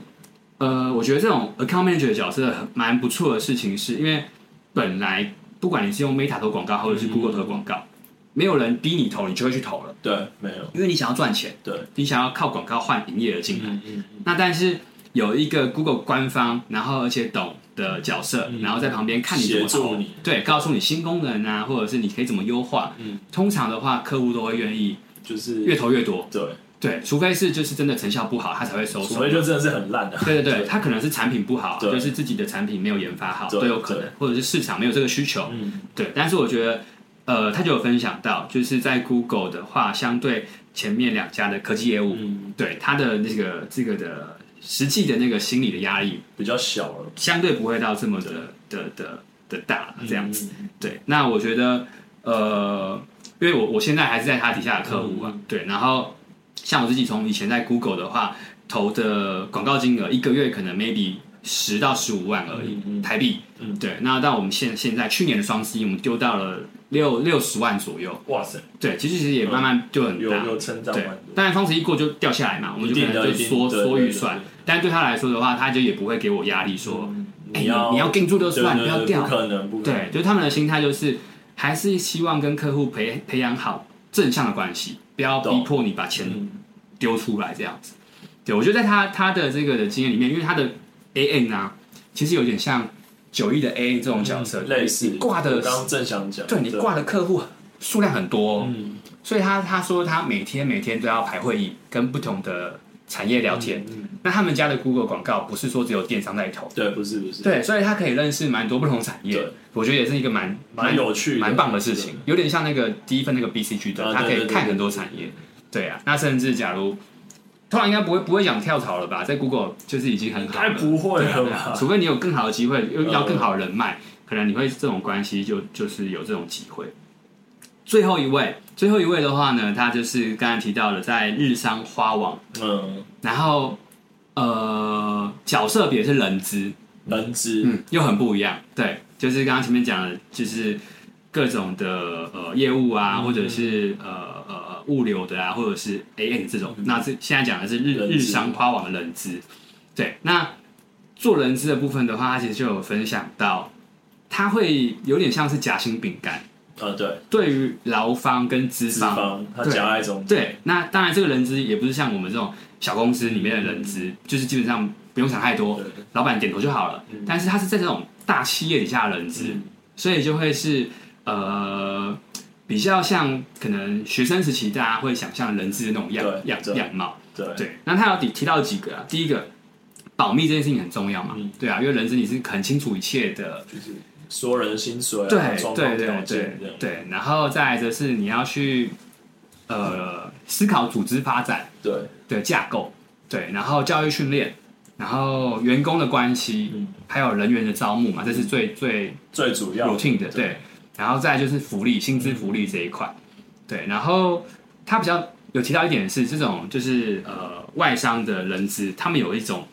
B: 呃，我觉得这种 account manager 的角色很蛮不错的事情是，因为本来不管你是用 Meta 投广告，
A: 嗯
B: 或者是 Google 投广告，没有人逼你投，你就会去投了，
A: 对，没有，
B: 因为你想要赚钱，
A: 对，
B: 你想要靠广告换营业额进来。
A: 嗯嗯
B: 那但是有一个 Google 官方，然后而且懂的角色，然后在旁边看你怎么
A: 嗯协助
B: 投
A: 你，
B: 对，告诉你新功能啊，或者是你可以怎么优化。
A: 嗯
B: 通常的话，客户都会愿意
A: 就是
B: 越投越多，
A: 对，
B: 对，除非是就是真的成效不好，他才会收手
A: 除。非就真的是很烂的， 啊
B: 对对对，它可能是产品不好，
A: 对
B: 就是自己的产品没有研发好，
A: 对
B: 都有可能
A: 对，
B: 或者是市场没有这个需求。
A: 嗯，
B: 对，但是我觉得，呃，他就有分享到，就是在 Google 的话，相对前面两家的科技业务，
A: 嗯
B: 对它的那个这个的实际的那个心理的压力，
A: 比较小了，
B: 相对不会到这么的的的的大这样子。对，那我觉得，呃，因为我我现在还是在他底下的客户啊，
A: 嗯
B: 对，然后像我自己从以前在 Google 的话，投的广告金额一个月可能 maybe 十到十五万而已、
A: 嗯嗯
B: 台币，
A: 嗯
B: 对，那到我们现现在去年的双十一，我们丢到了六六十万左右，
A: 嗯哇塞，
B: 对，其实其实也慢慢就很
A: 有
B: 大，
A: 有成长
B: 对
A: 蛮，多，
B: 当然双十一过就掉下来嘛，我们就
A: 一
B: 可
A: 定的
B: 能就
A: 一定
B: 缩
A: 对
B: 缩
A: 对
B: 预
A: 对
B: 算
A: 对，
B: 但对他来说的话，他就也不会给我压力说，哎、
A: 嗯
B: 你
A: 要
B: 你要定住六
A: 对
B: 十万，
A: 对
B: 不要
A: 对，不
B: 掉，
A: 可能，不可
B: 对，
A: 能，
B: 就是他们的心态就是还是希望跟客户培培养好正向的关系，不要逼
A: 懂
B: 迫你把钱
A: 嗯，
B: 丢出来这样子。对，我觉得在他他的这个的经验里面，因为他的 A N 啊，其实有点像九亿的 A N 这种角色，
A: 嗯类似
B: 嗯你挂的
A: 我，刚刚正想讲，
B: 对你挂的客户数量很多、
A: 嗯，
B: 所以他他说他每天每天都要排会议，跟不同的产业聊天。
A: 嗯，
B: 那他们家的 Google 广告不是说只有电商在投，
A: 对，不是不是，
B: 对，所以他可以认识蛮多不同产业
A: 对，
B: 我觉得也是一个蛮
A: 蛮有趣的
B: 蛮棒的事情，有点像那个第一份那个 BCG 的，
A: 啊
B: 他可
A: 对
B: 以
A: 对对
B: 看很多产业，对啊，那甚至假如，通常应该不会不会想跳槽了吧，在 Google 就是已经很
A: 应
B: 好
A: 该
B: 了，
A: 不会了
B: 对啊
A: 吧？呃
B: 除非你有更好的机会，又要更好的人脉，可能你会这种关系就就是有这种机会。最后一位，最后一位的话呢，他就是刚才提到了在日商花网，
A: 嗯，
B: 然后呃角色别是人资，
A: 人资，
B: 嗯，又很不一样。对，就是刚刚前面讲的，就是各种的呃业务啊，
A: 嗯
B: 或者是呃呃呃物流的啊，或者是 AM 这种。那这现在讲的是日
A: 嗯人资
B: 日商花网的人资。对，那做人资的部分的话，他其实就有分享到，他会有点像是夹心饼干，
A: 啊，对，
B: 对于劳方跟资
A: 资
B: 方。
A: 方他夹在中间，
B: 对，那当然这个人资也不是像我们这种小公司里面的人资，就是基本上不用想太多，
A: 对
B: 老板点头就好了。但是他是在这种大企业底下的人资，
A: 嗯
B: 所以就会是呃比较像可能学生时期大家会想象人资那种样
A: 对
B: 样
A: 对
B: 样貌。
A: 对
B: 对，那他有提提到几个啊，第一个保密这件事情很重要嘛，
A: 嗯
B: 对啊，因为人资你是很清楚一切的。
A: 就是说人薪水啊，
B: 对
A: 状
B: 对
A: 况
B: 对
A: 条
B: 对
A: 件这样，
B: 对，然后再来则是你要去呃思考组织发展，
A: 对，
B: 的架构，对，然后教育训练，然后员工的关系，
A: 嗯
B: 还有人员的招募嘛，这是最最
A: 最主要
B: routine 的，对。然后再来就是福利，薪资福利这一块，对。然后他比较有提到一点是，这种就是呃外商的人资，他们有一种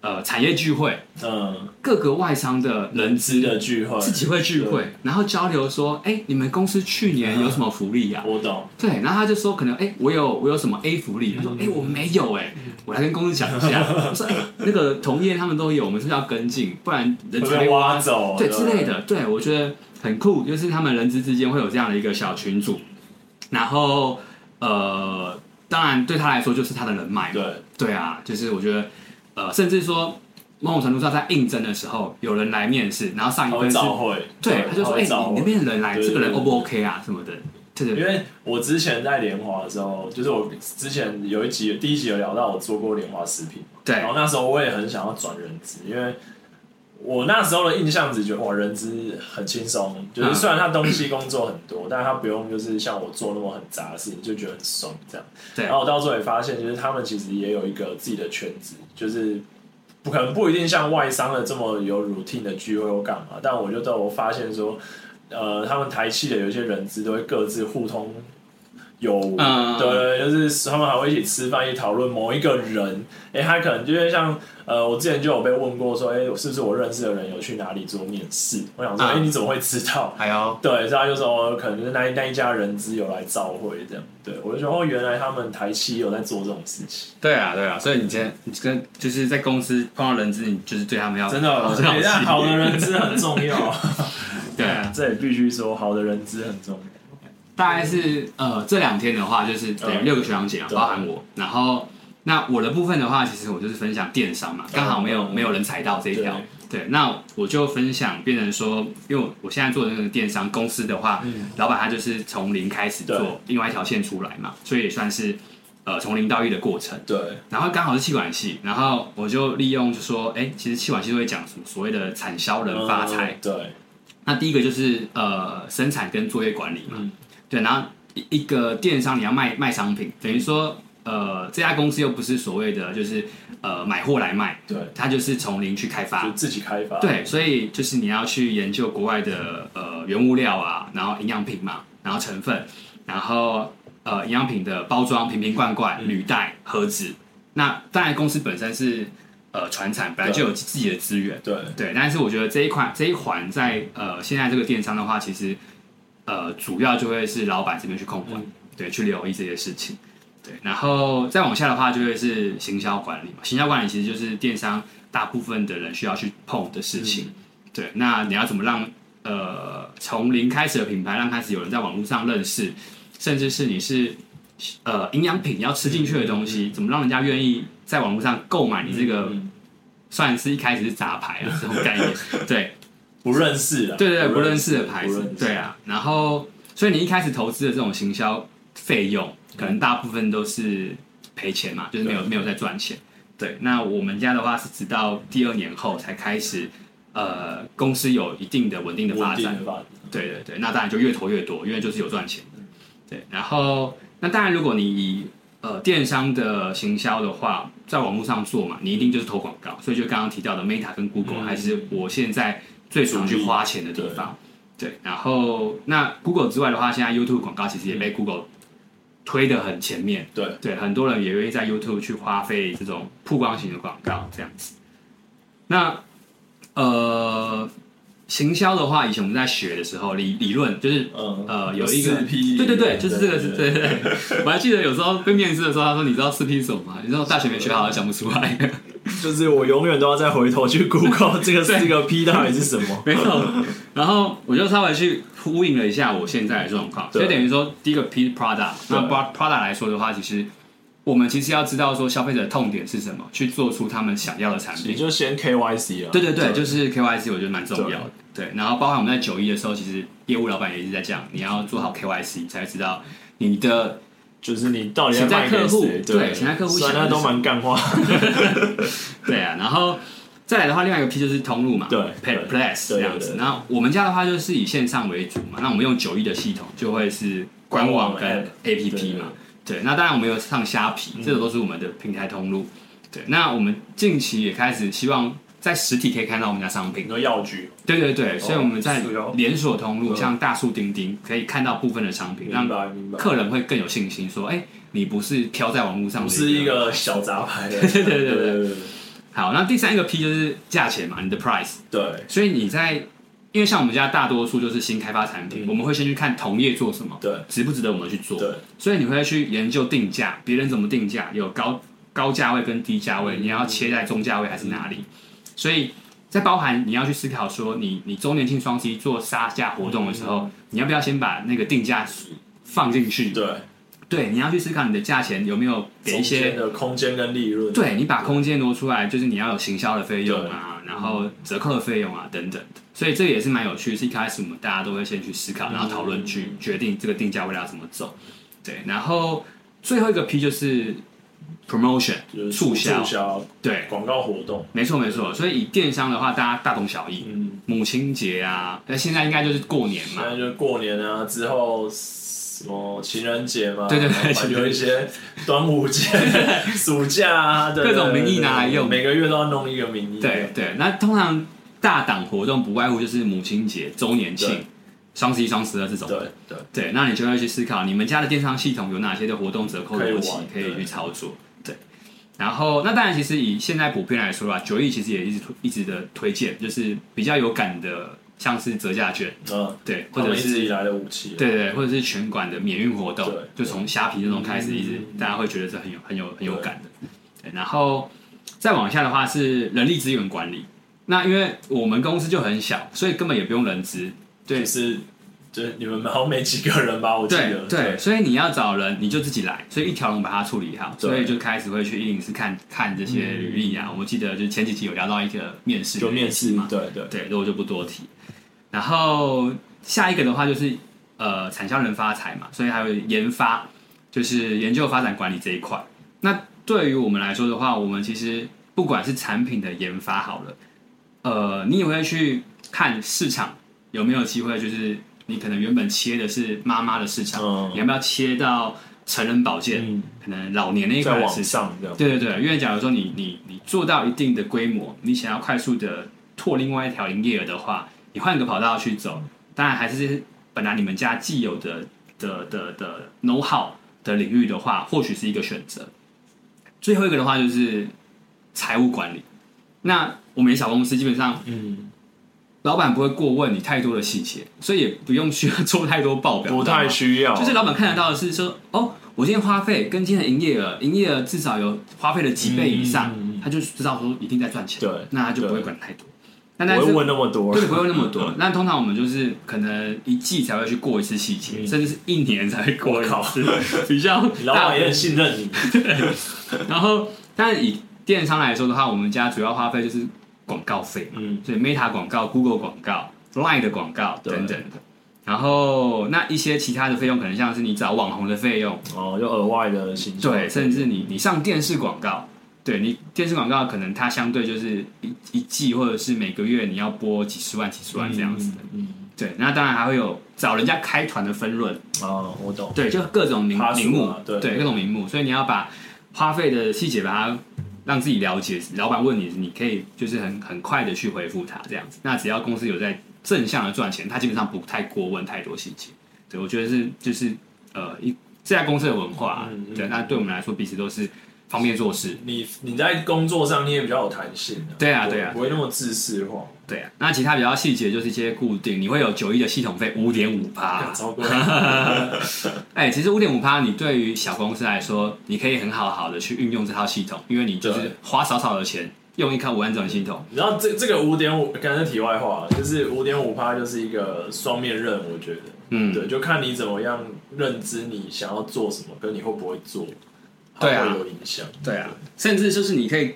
B: 呃产业聚会，
A: 嗯，
B: 各个外商的人
A: 资
B: 资
A: 的聚会，
B: 自己会聚会，然后交流说，哎，你们公司去年有什么福利呀、啊
A: 我懂，
B: 对，然后他就说可能哎、我有我有什么 A 福利？他说哎、我没有哎、我来跟公司讲一下。我说哎、那个同业他们都有，我们是不是要跟进？不然人
A: 会
B: 才被
A: 被
B: 挖
A: 挖
B: 走，
A: 走，
B: 对之类，的。对，我觉得很酷，就是他们人资之间会有这样的一个小群组，然后呃，当然对他来说就是他的人脉嘛。
A: 对，
B: 对啊，就是我觉得呃，甚至说某种程度上在应征的时候，有人来面试，然后上一
A: 他
B: 份
A: 会
B: 是，
A: 召会，
B: 对，他就说，
A: 会
B: 哎、
A: 召会
B: 你那边人来，
A: 对
B: 这个人
A: 对
B: O 不 OK 啊什么的，对对
A: 因为我之前在联华的时候，就是我之前有一集第一集有聊到我做过联华食品，然
B: 对
A: 后那时候我也很想要转人资，因为我那时候的印象只觉得哇，人资很轻松，就是
B: 嗯
A: 虽然他东西工作很多，但是他不用就是像我做那么很杂的事情，就觉得很爽这样。
B: 对
A: 然后我到最后也发现，就是他们其实也有一个自己的圈子，就是不可能不一定像外商的这么有 routine 的聚会或干嘛，但我就都有发现说，呃，他们台系的有一些人资都会各自互通有无，
B: 嗯
A: 对，就是他们还会一起吃饭，一起讨论某一个人，哎、他可能就是像呃，我之前就有被问过说，哎、是不是我认识的人有去哪里做面试？我想说，哎、
B: 嗯
A: 你怎么会知道？
B: 还有
A: 对，所以他就说、哦可能就是那一那一家人资有来召会这样。对我就觉得哦，原来他们台企有在做这种事情，
B: 对啊对啊，所以你今天你跟就是在公司碰到人资，你就是对他们要
A: 真的，
B: 保持好
A: 哎那
B: 奇
A: 好的人资很重要，
B: 对啊。
A: 这也必须说，好的人资很重要。
B: 大概是呃这两天的话，就是等于
A: 嗯
B: 六个学长姐啊，
A: 对
B: 包含我。然后那我的部分的话，其实我就是分享电商嘛，刚好没有
A: 嗯
B: 没有人踩到这一条。对，那我就分享，变成说，因为我我现在做的那个电商公司的话，
A: 嗯
B: 老板他就是从零开始
A: 对
B: 做另外一条线出来嘛，所以也算是呃从零到一的过程。
A: 对，
B: 然后刚好是气管系，然后我就利用就说，哎、其实气管系都会讲什么所谓的产销人发财，
A: 嗯对，
B: 那第一个就是呃生产跟作业管理嘛，
A: 嗯
B: 对，然后一一个电商你要卖卖商品，等于说呃这家公司又不是所谓的就是呃买货来卖，
A: 对，
B: 它就是从零去开
A: 就
B: 发，
A: 自己开发，
B: 对，所以就是你要去研究国外的呃原物料啊，然后营养品嘛，然后成分，然后呃营养品的包装、瓶瓶罐罐、履带、盒子，那当然公司本身是呃船产，本来就有自己的资源。
A: 对，
B: 对，但是我觉得这一款这一环在呃现在这个电商的话，其实呃主要就会是老板这边去控管，对，去留意这些事情。对，然后再往下的话，就会是行销管理嘛。行销管理其实就是电商大部分的人需要去碰的事情。对，那你要怎么让呃从零开始的品牌，让开始有人在网络上认识，甚至是你是呃营养品你要吃进去的东西，怎么让人家愿意在网络上购买你这个
A: 嗯
B: 算是一开始是杂牌啊，这种 概念，对
A: 不认识了，
B: 对对，不认
A: 认
B: 识的牌
A: 不
B: 子
A: 认识，
B: 对啊。然后，所以你一开始投资的这种行销费用，可能大部分都是赔钱嘛，就是没有没有在赚钱。对，那我们家的话是直到第二年后才开始，呃，公司有一定的稳定的发
A: 稳定
B: 展，
A: 的发展，
B: 对对对，那当然就越投越多，因为就是有赚钱。对，然后那当然，如果你以呃电商的行销的话，在网络上做嘛，你一定就是投广告，所以就刚刚提到的 Meta 跟 Google、
A: 嗯
B: 还是我现在最常去花钱的地方。对，然后那 Google 之外的话，现在 YouTube 广告其实也被 Google 推得很前面。
A: 对
B: 对，很多人也愿意在 YouTube 去花费这种曝光型的广告这样子。那呃，行销的话，以前我们在学的时候，理理论就是
A: 嗯
B: 呃有一个
A: 四 P，
B: 对对对，就是这个
A: 对
B: 是对对对。 我还记得有时候被面试的时候，他说：“你知道四 P 是什么吗？”你知道我大学没学好，想不出来。
C: 就是我永远都要再回头去 Google 这个四个 P 到底是什么。
B: 没错。然后我就稍微去呼应了一下我现在的状况，
C: 对
B: 所以等于说，第一个 P Prada，
A: 对
B: 那 Pro- Prada 来说的话，其实我们其实要知道说消费者的痛点是什么，去做出他们想要的产
A: 你
B: 品。
A: 就先 KYC 了，
B: 对对对，就是 KYC，我觉得蛮重要的。对，然后包含我们在九一的时候，其实业务老板也一直在讲，你要做好 KYC，你才知道你的
C: 就是你到底在卖给
B: 潜在客户
C: 谁？
B: 对潜在客户
C: 虽然
B: 想
C: 那
B: 的
C: 都
B: 是什么
C: 蛮干话，
B: 对啊，然后再来的话，另外一个 P 就是通路嘛，
C: 对
B: p a y
C: 对
B: Plus
C: 对
B: 这样子
C: 对。对
B: 那我们家的话就是以线上为主嘛，那我们用九一的系统就会是官网
A: 官网
B: 跟 APP 嘛，对。那当然我们有上虾皮，
C: 嗯
B: 这个都是我们的平台通路。对，那我们近期也开始希望在实体可以看到我们家商品
A: 你，说药局，
B: 对对对，所以我们在
C: 是哦
B: 连锁通路，
C: 嗯
B: 像大树钉钉，可以看到部分的商品，
A: 明
B: 让
A: 白明白，
B: 客人会更有信心，说，哎，你不是挑在网络上的，
A: 不是一个小杂牌的，对
B: 对对对
A: 对对
B: 好，那第三个 P 就是价钱嘛，你的 price。
A: 对
B: 所以你在，因为像我们家大多数就是新开发产品，
A: 嗯
B: 我们会先去看同业做什么，呃
A: 对
B: 值不值得我们去做。
A: 对，
B: 所以你会去研究定价，别人怎么定价，有高高价位跟低价位，你要切在中价位还是哪里？所以再包含你要去思考说，你你周年庆双十一
A: 嗯
B: 做杀价活动的时候，你要不要先把那个定价放进去？
A: 对
B: 对，你要去思考你的价钱有没有给一
A: 中
B: 些
A: 间的空间跟利润，
B: 对你把空间挪出来，就是你要有行销的费用啊，然后折扣的费用啊等等的所以这个也是蛮有趣，是一开始我们大家都会先去思考，然后讨
A: 嗯
B: 论去决定这个定价未来要怎么走。对，然后最后一个 P 就是 promotion
A: 就是
B: 促销，
A: 促销、
B: 对，
A: 广告活动，
B: 没错没错。所以以电商的话，大家大同小异。
A: 嗯，
B: 母亲节啊，那现在应该就是过年
A: 现
B: 嘛，
A: 在就是过年啊，之后什么情人节嘛，
B: 对对对
A: 然后反正有一些端午 节、暑假啊，对
B: 各种名
A: 对
B: 义
A: 对对
B: 拿来用
A: 每个月都要弄一个名义，
B: 对，对，那通常大档活动不外乎就是母亲节、周年庆
A: 对、
B: 双十一、双十二这种。
A: 对对，
B: 对，那你就要去思考你们家的电商系统有哪些的活动折扣
A: 可以
B: 逻
A: 玩
B: 辑可以
A: 对
B: 去操作。对，然后那当然，其实以现在普遍来说啦，啊九亿其实也一直推一直的推荐，就是比较有感的，像是折价券，
A: 嗯，
B: 对，或
A: 他
B: 者
A: 们一直以
B: 是
A: 来的武器，
B: 对对，或者是全馆的免运活动
A: 对，
B: 就从虾皮那种开始，一直
A: 嗯
B: 大家会觉得是很有很有很有感的。对，然后再往下的话是人力资源管理，那因为我们公司就很小，所以根本也不用人资，对
A: 就是就是你们好像没几个人吧，我记
B: 对
A: 得，
B: 对，，所以你要找人，你就自己来，所以一条龙把它处理好，
A: 对嗯
B: 所以就开始会去影视看看这些履历啊。我记得就前几集有聊到一个面试，
A: 就面试嘛，，对对，
B: 对，这我就不多提。然后下一个的话就是呃，产销人发财嘛，所以还有研发，就是研究发展管理这一块。那对于我们来说的话，我们其实不管是产品的研发好了，呃，你也会去看市场有没有机会，就是你可能原本切的是妈妈的市场，
A: 嗯
B: 你要不要切到成人保健，
A: 嗯，
B: 可能老年那一块
A: 在
B: 的
A: 网
B: 市场？
A: 上这样，
B: 对对对，因为假如说你你你做到一定的规模，你想要快速的拓另外一条营业额的话，你换个跑道去走，当然还是本来你们家既有的的的的 know how 的领域的话，或许是一个选择。最后一个的话就是财务管理，那我们小公司基本上
A: 嗯，
B: 老板不会过问你太多的细节，所以也不用需要做太多报表，
D: 不
B: 你知道吗
D: 太需
A: 哦
D: 要，
B: 就是老板看得到的是说，哦，我今天花费跟今天的营业额，营业额至少有花费了几倍以上，
A: 嗯嗯嗯
B: 他就知道说一定在赚钱，
A: 对
B: 那他就不会
A: 对
B: 管太多。那但
D: 不
B: 是
D: 会问那么多
B: 对，，不会那么
A: 嗯
B: 多。那通常我们就是可能一季才会去过一次细节，
A: 嗯
B: 甚至是一年才会过 一
A: 我靠
B: 次， 比较
A: 你老
B: 大
A: 板也很信任你，
B: 然后，但以电商来说的话，我们家主要花费就是广告费嘛，
A: 嗯，
B: 所以 Meta 广告、Google 广告、Line 的广告
A: 对
B: 等等的。然后，那一些其他的费用，可能像是你找网红的费用，
A: 哦，就额外的形象，
B: 对，甚至你你上电视广告，对你电视广告可能它相对就是一一季或者是每个月你要播几十万几十万这样子的，
A: 嗯，
B: 对，那当然还会有找人家开团的分润，
A: 嗯哦，我懂，
B: 对，就各种名
A: 爬树啊
B: 名目，
A: 对
B: 各种名目，所以你要把花费的细节把它让自己了解，老板问你，你可以就是很很快的去回复他这样子，那只要公司有在正向的赚钱，他基本上不太过问太多细节，对我觉得是就是呃一这家公司的文化啊，
A: 嗯嗯
B: 对，那对我们来说彼此都是方便做事，
A: 你你在工作上你也比较有弹性、啊，
B: 对啊
A: 不
B: 对啊
A: 不会那么自私化，
B: 对啊，那其他比较细节就是一些固定，你会有九亿的系统费五点五趴，
A: 超 过
B: 哎、其实五点五趴，你对于小公司来说，你可以很好好的去运用这套系统，因为你就是
A: 对
B: 花少少的钱，用一套五万种系统。
A: 然后这这个五点五，刚才题外话，就是五点五趴就是一个双面刃，我觉得，
B: 嗯，
A: 对，就看你怎么样认知你想要做什么，跟你会不会做，它
B: 对啊
A: 会有影响，
B: 对啊，甚至就是你可以，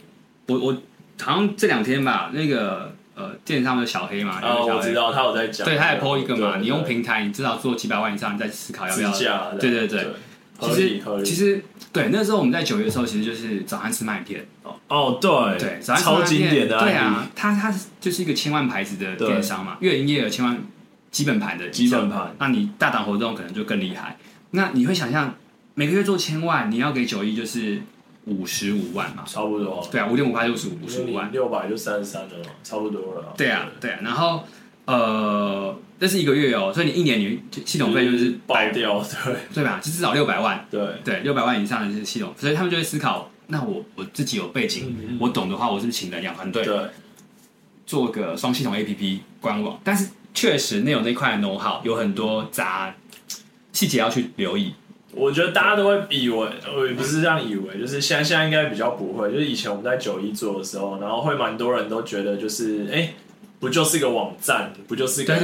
B: 我我好像这两天吧，那个呃电商的小黑嘛，
A: 啊，
D: 哦
B: 有个小
A: 我
B: 黑
A: 知道他有在讲，
B: 对，他也 PO 一个嘛，
A: 对
B: 你用
A: 对
B: 平台，你至少做几百万以上，你再思考要不要
A: 支架，
B: 对对对，
A: 合
B: 其
A: 理
B: 实
A: 合理，
B: 其实对，那时候我们在九月的时候，其实就是早餐吃麦片，
D: 哦，对，
B: 对，早餐
D: 超
B: 吃麦
D: 经
B: 片
D: 典的
B: 对
D: 案例，
B: 啊，它它就是一个千万牌子的
D: 对
B: 电商嘛，月营业额千万基本盘的
D: 基本盘，
B: 那你大档活动可能就更厉害。那你会想象每个月做千万，你要给九亿就是五十五万嘛？
A: 差不多，
B: 对啊，五点五八就是五
A: 五
B: 十五万，
A: 六百就三十三了嘛，差不多了，
B: 对啊，对啊。然后呃，这是一个月哦，所以你一年你系统费就是
A: 爆
B: 百
A: 掉，对
B: 对吧？就至少六百万，
A: 对，
B: 对，六百万以上的是系统，所以他们就会思考，那我我自己有背景，
A: 嗯嗯
B: 我懂的话，我是不是请了两团队？
A: 对，
B: 做个双系统 APP 官网，但是确实内容这一块的 know how 有很多杂细节要去留意。
A: 我觉得大家都会以为，我也不是这样以为，就是现在现在应该比较不会，就是以前我们在九一做的时候，然后会蛮多人都觉得就是，哎、不就是个网站，不就是个 app？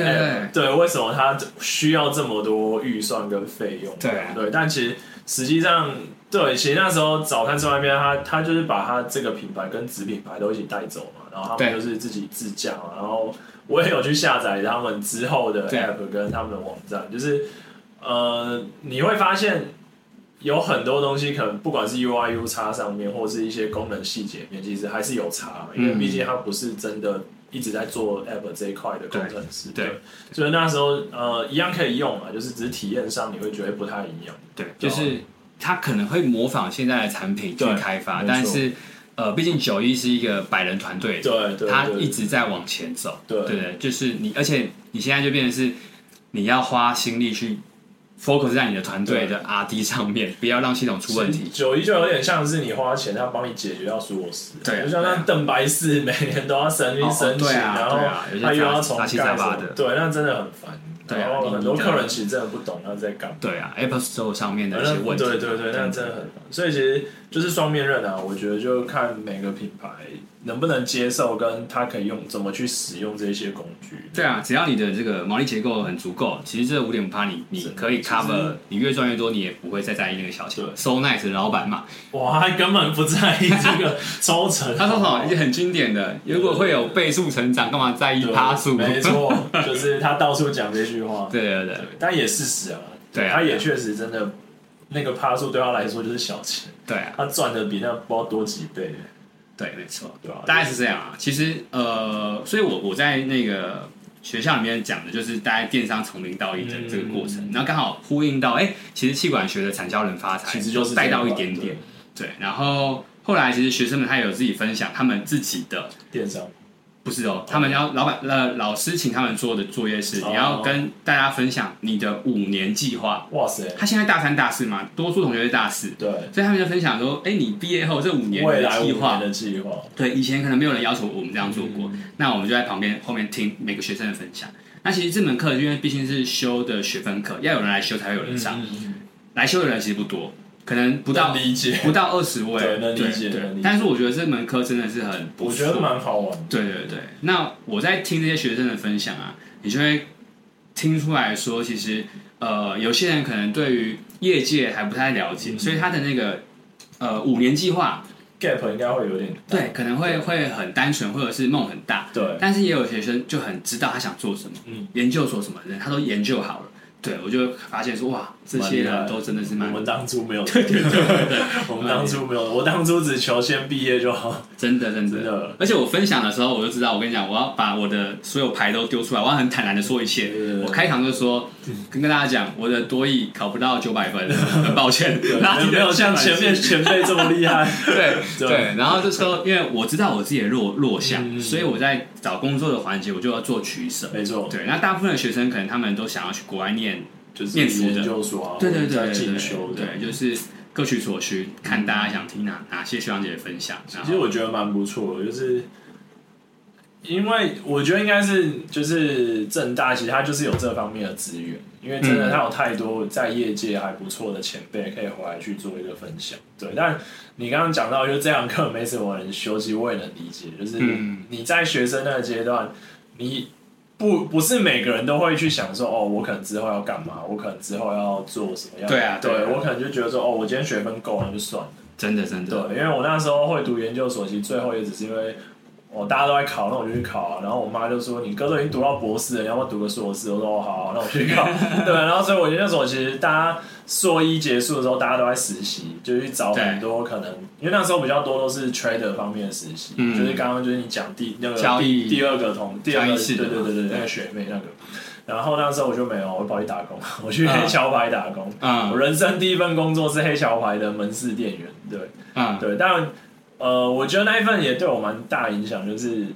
B: 对对
A: 对为什么它需要这么多预算跟费用？
B: 对啊
A: 对，但其实实际上，对，其实那时候早餐吃外面，他他就是把他这个品牌跟子品牌都一起带走嘛，然后他们就
B: 对
A: 是自己自驾嘛，然后我也有去下载他们之后的
B: 对
A: app 跟他们的网站，就是呃，你会发现有很多东西可能不管是 U I U 叉上面，或是一些功能细节面，其实还是有差，因为
B: 嗯
A: 毕竟它不是真的一直在做 App 这一块的工程师。
B: 对对，
A: 所以那时候呃一样可以用嘛，就是只是体验上你会觉得不太一样。
B: 对，就是
A: 啊
B: 他可能会模仿现在的产品去
E: 对
B: 开发，
A: 没错
B: 但是呃，毕竟九一是一个百人团队，
A: 对对，
B: 他
A: 对
B: 一直在往前走，
A: 对
B: 对对，就是你，而且你现在就变成是你要花心力去 focus 在你的团队的 R D 上面，不要让系统出问题。
A: 九一就有点像是你花钱，他帮你解决到所有事。
B: 对啊
A: 就像那邓白氏每年都要审理
B: 哦哦
A: 申请，
B: 对啊
A: 然后
B: 对啊有些
A: 他又要
B: 杂
A: 重
B: 杂
A: 盖
B: 七
A: 什么
B: 杂八的
A: 对，那真的很烦。
B: 对啊
A: 然后
B: 你
A: 很多
B: 你
A: 客
B: 的
A: 人其实真的不懂他在干嘛。
B: 对啊，Apple Store 上面的一些
A: 那
B: 问题，
A: 对对对，那真的很难。所以其实就是双面刃啊，我觉得就看每个品牌能不能接受，跟他可以用怎么去使用这些工具。
B: 对啊，只要你的这个毛利结构很足够，其实这五点五趴你你
A: 是
B: 可以
A: 其实
B: cover，你越赚越多，你也不会再在意那个小钱
A: 对。
B: So nice 的老板嘛，
A: 哇，他根本不在意这个抽 成，
B: 他说
A: 好不
B: 好
A: 好
B: 一个很经典的，如果会有倍数成长，干嘛在意
A: 对
B: 趴数？
A: 没错， 就是他到处讲这句话，
B: 对对对
A: 对，但也事实啊，
B: 对啊
A: 他也确实真的那个趴数对他来说就是小钱，
B: 对啊，
A: 他赚的比那不知道多几倍，
B: 对，没错，
A: 对吧？
B: 大概是这样啊。其实呃，所以我我在那个学校里面讲的就是大概电商从零到一的这个过
A: 嗯
B: 程，然后刚好呼应到，哎、其实气管学的产销人发财，
A: 其实就是
B: 带到
A: 这
B: 一
A: 样吧
B: 点点，对，然后。后来其实学生们他有自己分享他们自己的
A: 对电商，
B: 不是哦，他们要老板呃老师请他们做的作业是，
A: 哦
B: 你要跟大家分享你的五年计划。
A: 哇塞，
B: 他现在大三大四嘛，多数同学是大四，
A: 对，
B: 所以他们就分享说，哎，你毕业后这五年
A: 未
B: 的
A: 来五
B: 计
A: 年
B: 划。
A: 的计划，
B: 对，以前可能没有人要求我们这样做过，那我们就在旁边后面听每个学生的分享。那其实这门课因为毕竟是修的学分课，要有人来修才会有人上，
A: 嗯嗯嗯
B: 来修的人其实不多，可能不到
A: 能理解
B: 不到二十位，
A: 对能理解
B: 对
A: 能理解
B: 但是我觉得这门课真的是很不
A: 我
B: 错，
A: 觉得蛮好玩的。
B: 对对对，那我在听这些学生的分享啊，你就会听出来说，其实呃，有些人可能对于业界还不太了解，所以他的那个呃五年计划，
A: gap 应该会有点大
B: 对，可能会会很单纯，或者是梦很大。
A: 对，
B: 但是也有学生就很知道他想做什么，
A: 嗯
B: 研究所什么的，他都研究好了。对我就发现说，哇，这些人都真的是蛮
A: 我们当初没有，对对对， 我们当初没有，我当初只求先毕业就好。
B: 真的真的。
A: 真的
B: 而且我分享的时候，我就知道，我跟你讲，我要把我的所有牌都丢出来，我要很坦然的说一切
A: 对对。对
B: 我开场就说，跟跟大家讲，我的多益考不到九 百分，很抱歉， 哪里
A: 没有像前面前辈这么厉害，
B: 对
A: 对
B: 对，然后这时候因为我知道我自己的弱弱项，
A: 嗯
B: 所以我在找工作的环节，我就要做取舍。
A: 没错，
B: 对，那大部分的学生可能他们都想要去国外念
A: 就是
B: 念书的
A: 研究所啊，
B: 对对对
A: 在
B: 对
A: 进
B: 对
A: 修的。
B: 对，就是各取所需，看大家想听哪哪些学长姐的分享。然
A: 其实
B: 后
A: 我觉得蛮不错的，就是因为我觉得应该是就是正大，其实它就是有这方面的资源，因为真的
B: 嗯
A: 它有太多在业界还不错的前辈可以回来去做一个分享。对，但你刚刚讲到，就是这堂课没什么人修，其实我也能理解，就是
B: 嗯
A: 你在学生那个阶段，你。不，不是每个人都会去想说，哦，我可能之后要干嘛，我可能之后要做什么样的。
B: 对啊
A: 对
B: 对啊
A: 我可能就觉得说，哦，我今天学分够了，那就算了。
B: 真的真的，
A: 对，因为我那时候会读研究所，其实最后也只是因为我大家都在考，那我就去考啊。然后我妈就说：“你哥都已经读到博士了，你要不要读个硕士？”我说：“哦，好啊、那我去 考。”对，然后所以我研究所其实大家硕一结束的时候，大家都在实习，就去找很
B: 对
A: 多可能，因为那时候比较多都是 trader 方面的实习，
B: 嗯
A: 就是刚刚就是你讲第那个
B: 交易
A: 第第二个同第二
B: 交
A: 个
B: 易室的嗯
A: 对对对对
B: 对
A: 那个学妹那个。然后那时候我就没有，我跑去打工，我去黑
B: 啊
A: 桥牌打工。
B: 啊
A: 我人生第一份工作是黑桥牌的门市店员，对。
B: 啊，
A: 对，但呃，我觉得那一份也对我蛮大影响，就是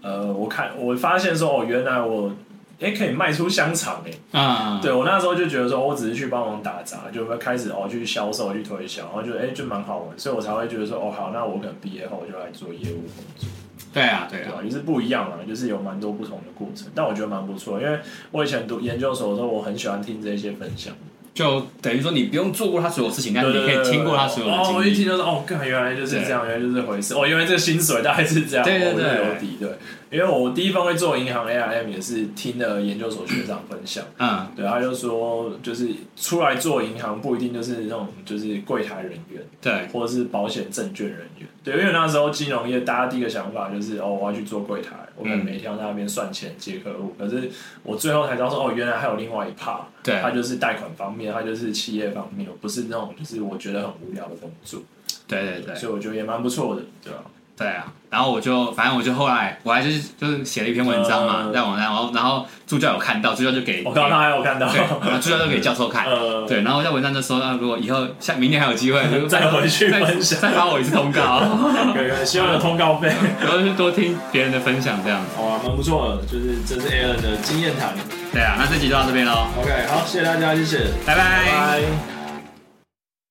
A: 呃，我看我发现说，哦，原来我也可以卖出香肠诶、
B: 啊，
A: 对我那时候就觉得说，哦我只是去帮忙打杂，就会开始哦去销售、去推销，然后就哎、就蛮好玩，所以我才会觉得说，哦好，那我可能毕业后就来做业务工作，
B: 对啊，对
A: 对吧？
B: 啊，
A: 也是不一样啊，就是有蛮多不同的过程，但我觉得蛮不错，因为我以前读研究所的时候，我很喜欢听这些分享。
B: 就等于说你不用做过他所有事情，但是你可以听过他所有的
A: 哦，我一听
B: 经历。
A: 就是哦，干，原来就是这样，原来就是回事，哦，原来这个薪水大概是这样，
B: 对对
A: 哦我就
B: 对
A: 有底，对。因为我第一份会做银行 ARM 也是听了研究所学长分享，
B: 嗯，
A: 对，他就说就是出来做银行不一定就是那种就是柜台人员，
B: 对，
A: 或者是保险证券人员。对，因为那时候金融业大家第一个想法就是哦，我要去做柜台，我
B: 嗯
A: 可能每天要在那边算钱接客户。可是我最后才知道说哦，原来还有另外一 part，
B: 对
A: 它就是贷款方面，它就是企业方面，不是那种就是我觉得很无聊的工作。
B: 对对对
A: 所以我觉得也蛮不错的，对吧、
B: 对啊。然后我就，反正我就后来，我还就是就是写了一篇文章嘛，
A: 嗯
B: 在网上，然后然后助教有看到，助教就给，
A: 我哦刚刚还有看到，
B: 对，然后助教就给教授看，
A: 呃，
B: 对，然后我在文章就说，啊那如果以后下明年还有机会， 就
A: 再回去
B: 再
A: 分享
B: 再发我一次通告，
A: 可以可以希望有通告费。
B: 然后就多听别人的分享这样子。
A: 好啊，蛮不错的，就是这是 Alan 的经验谈。
B: 对啊，那这集就到这边喽，
A: OK，好，谢谢大家，谢谢，
B: 拜
A: 拜拜。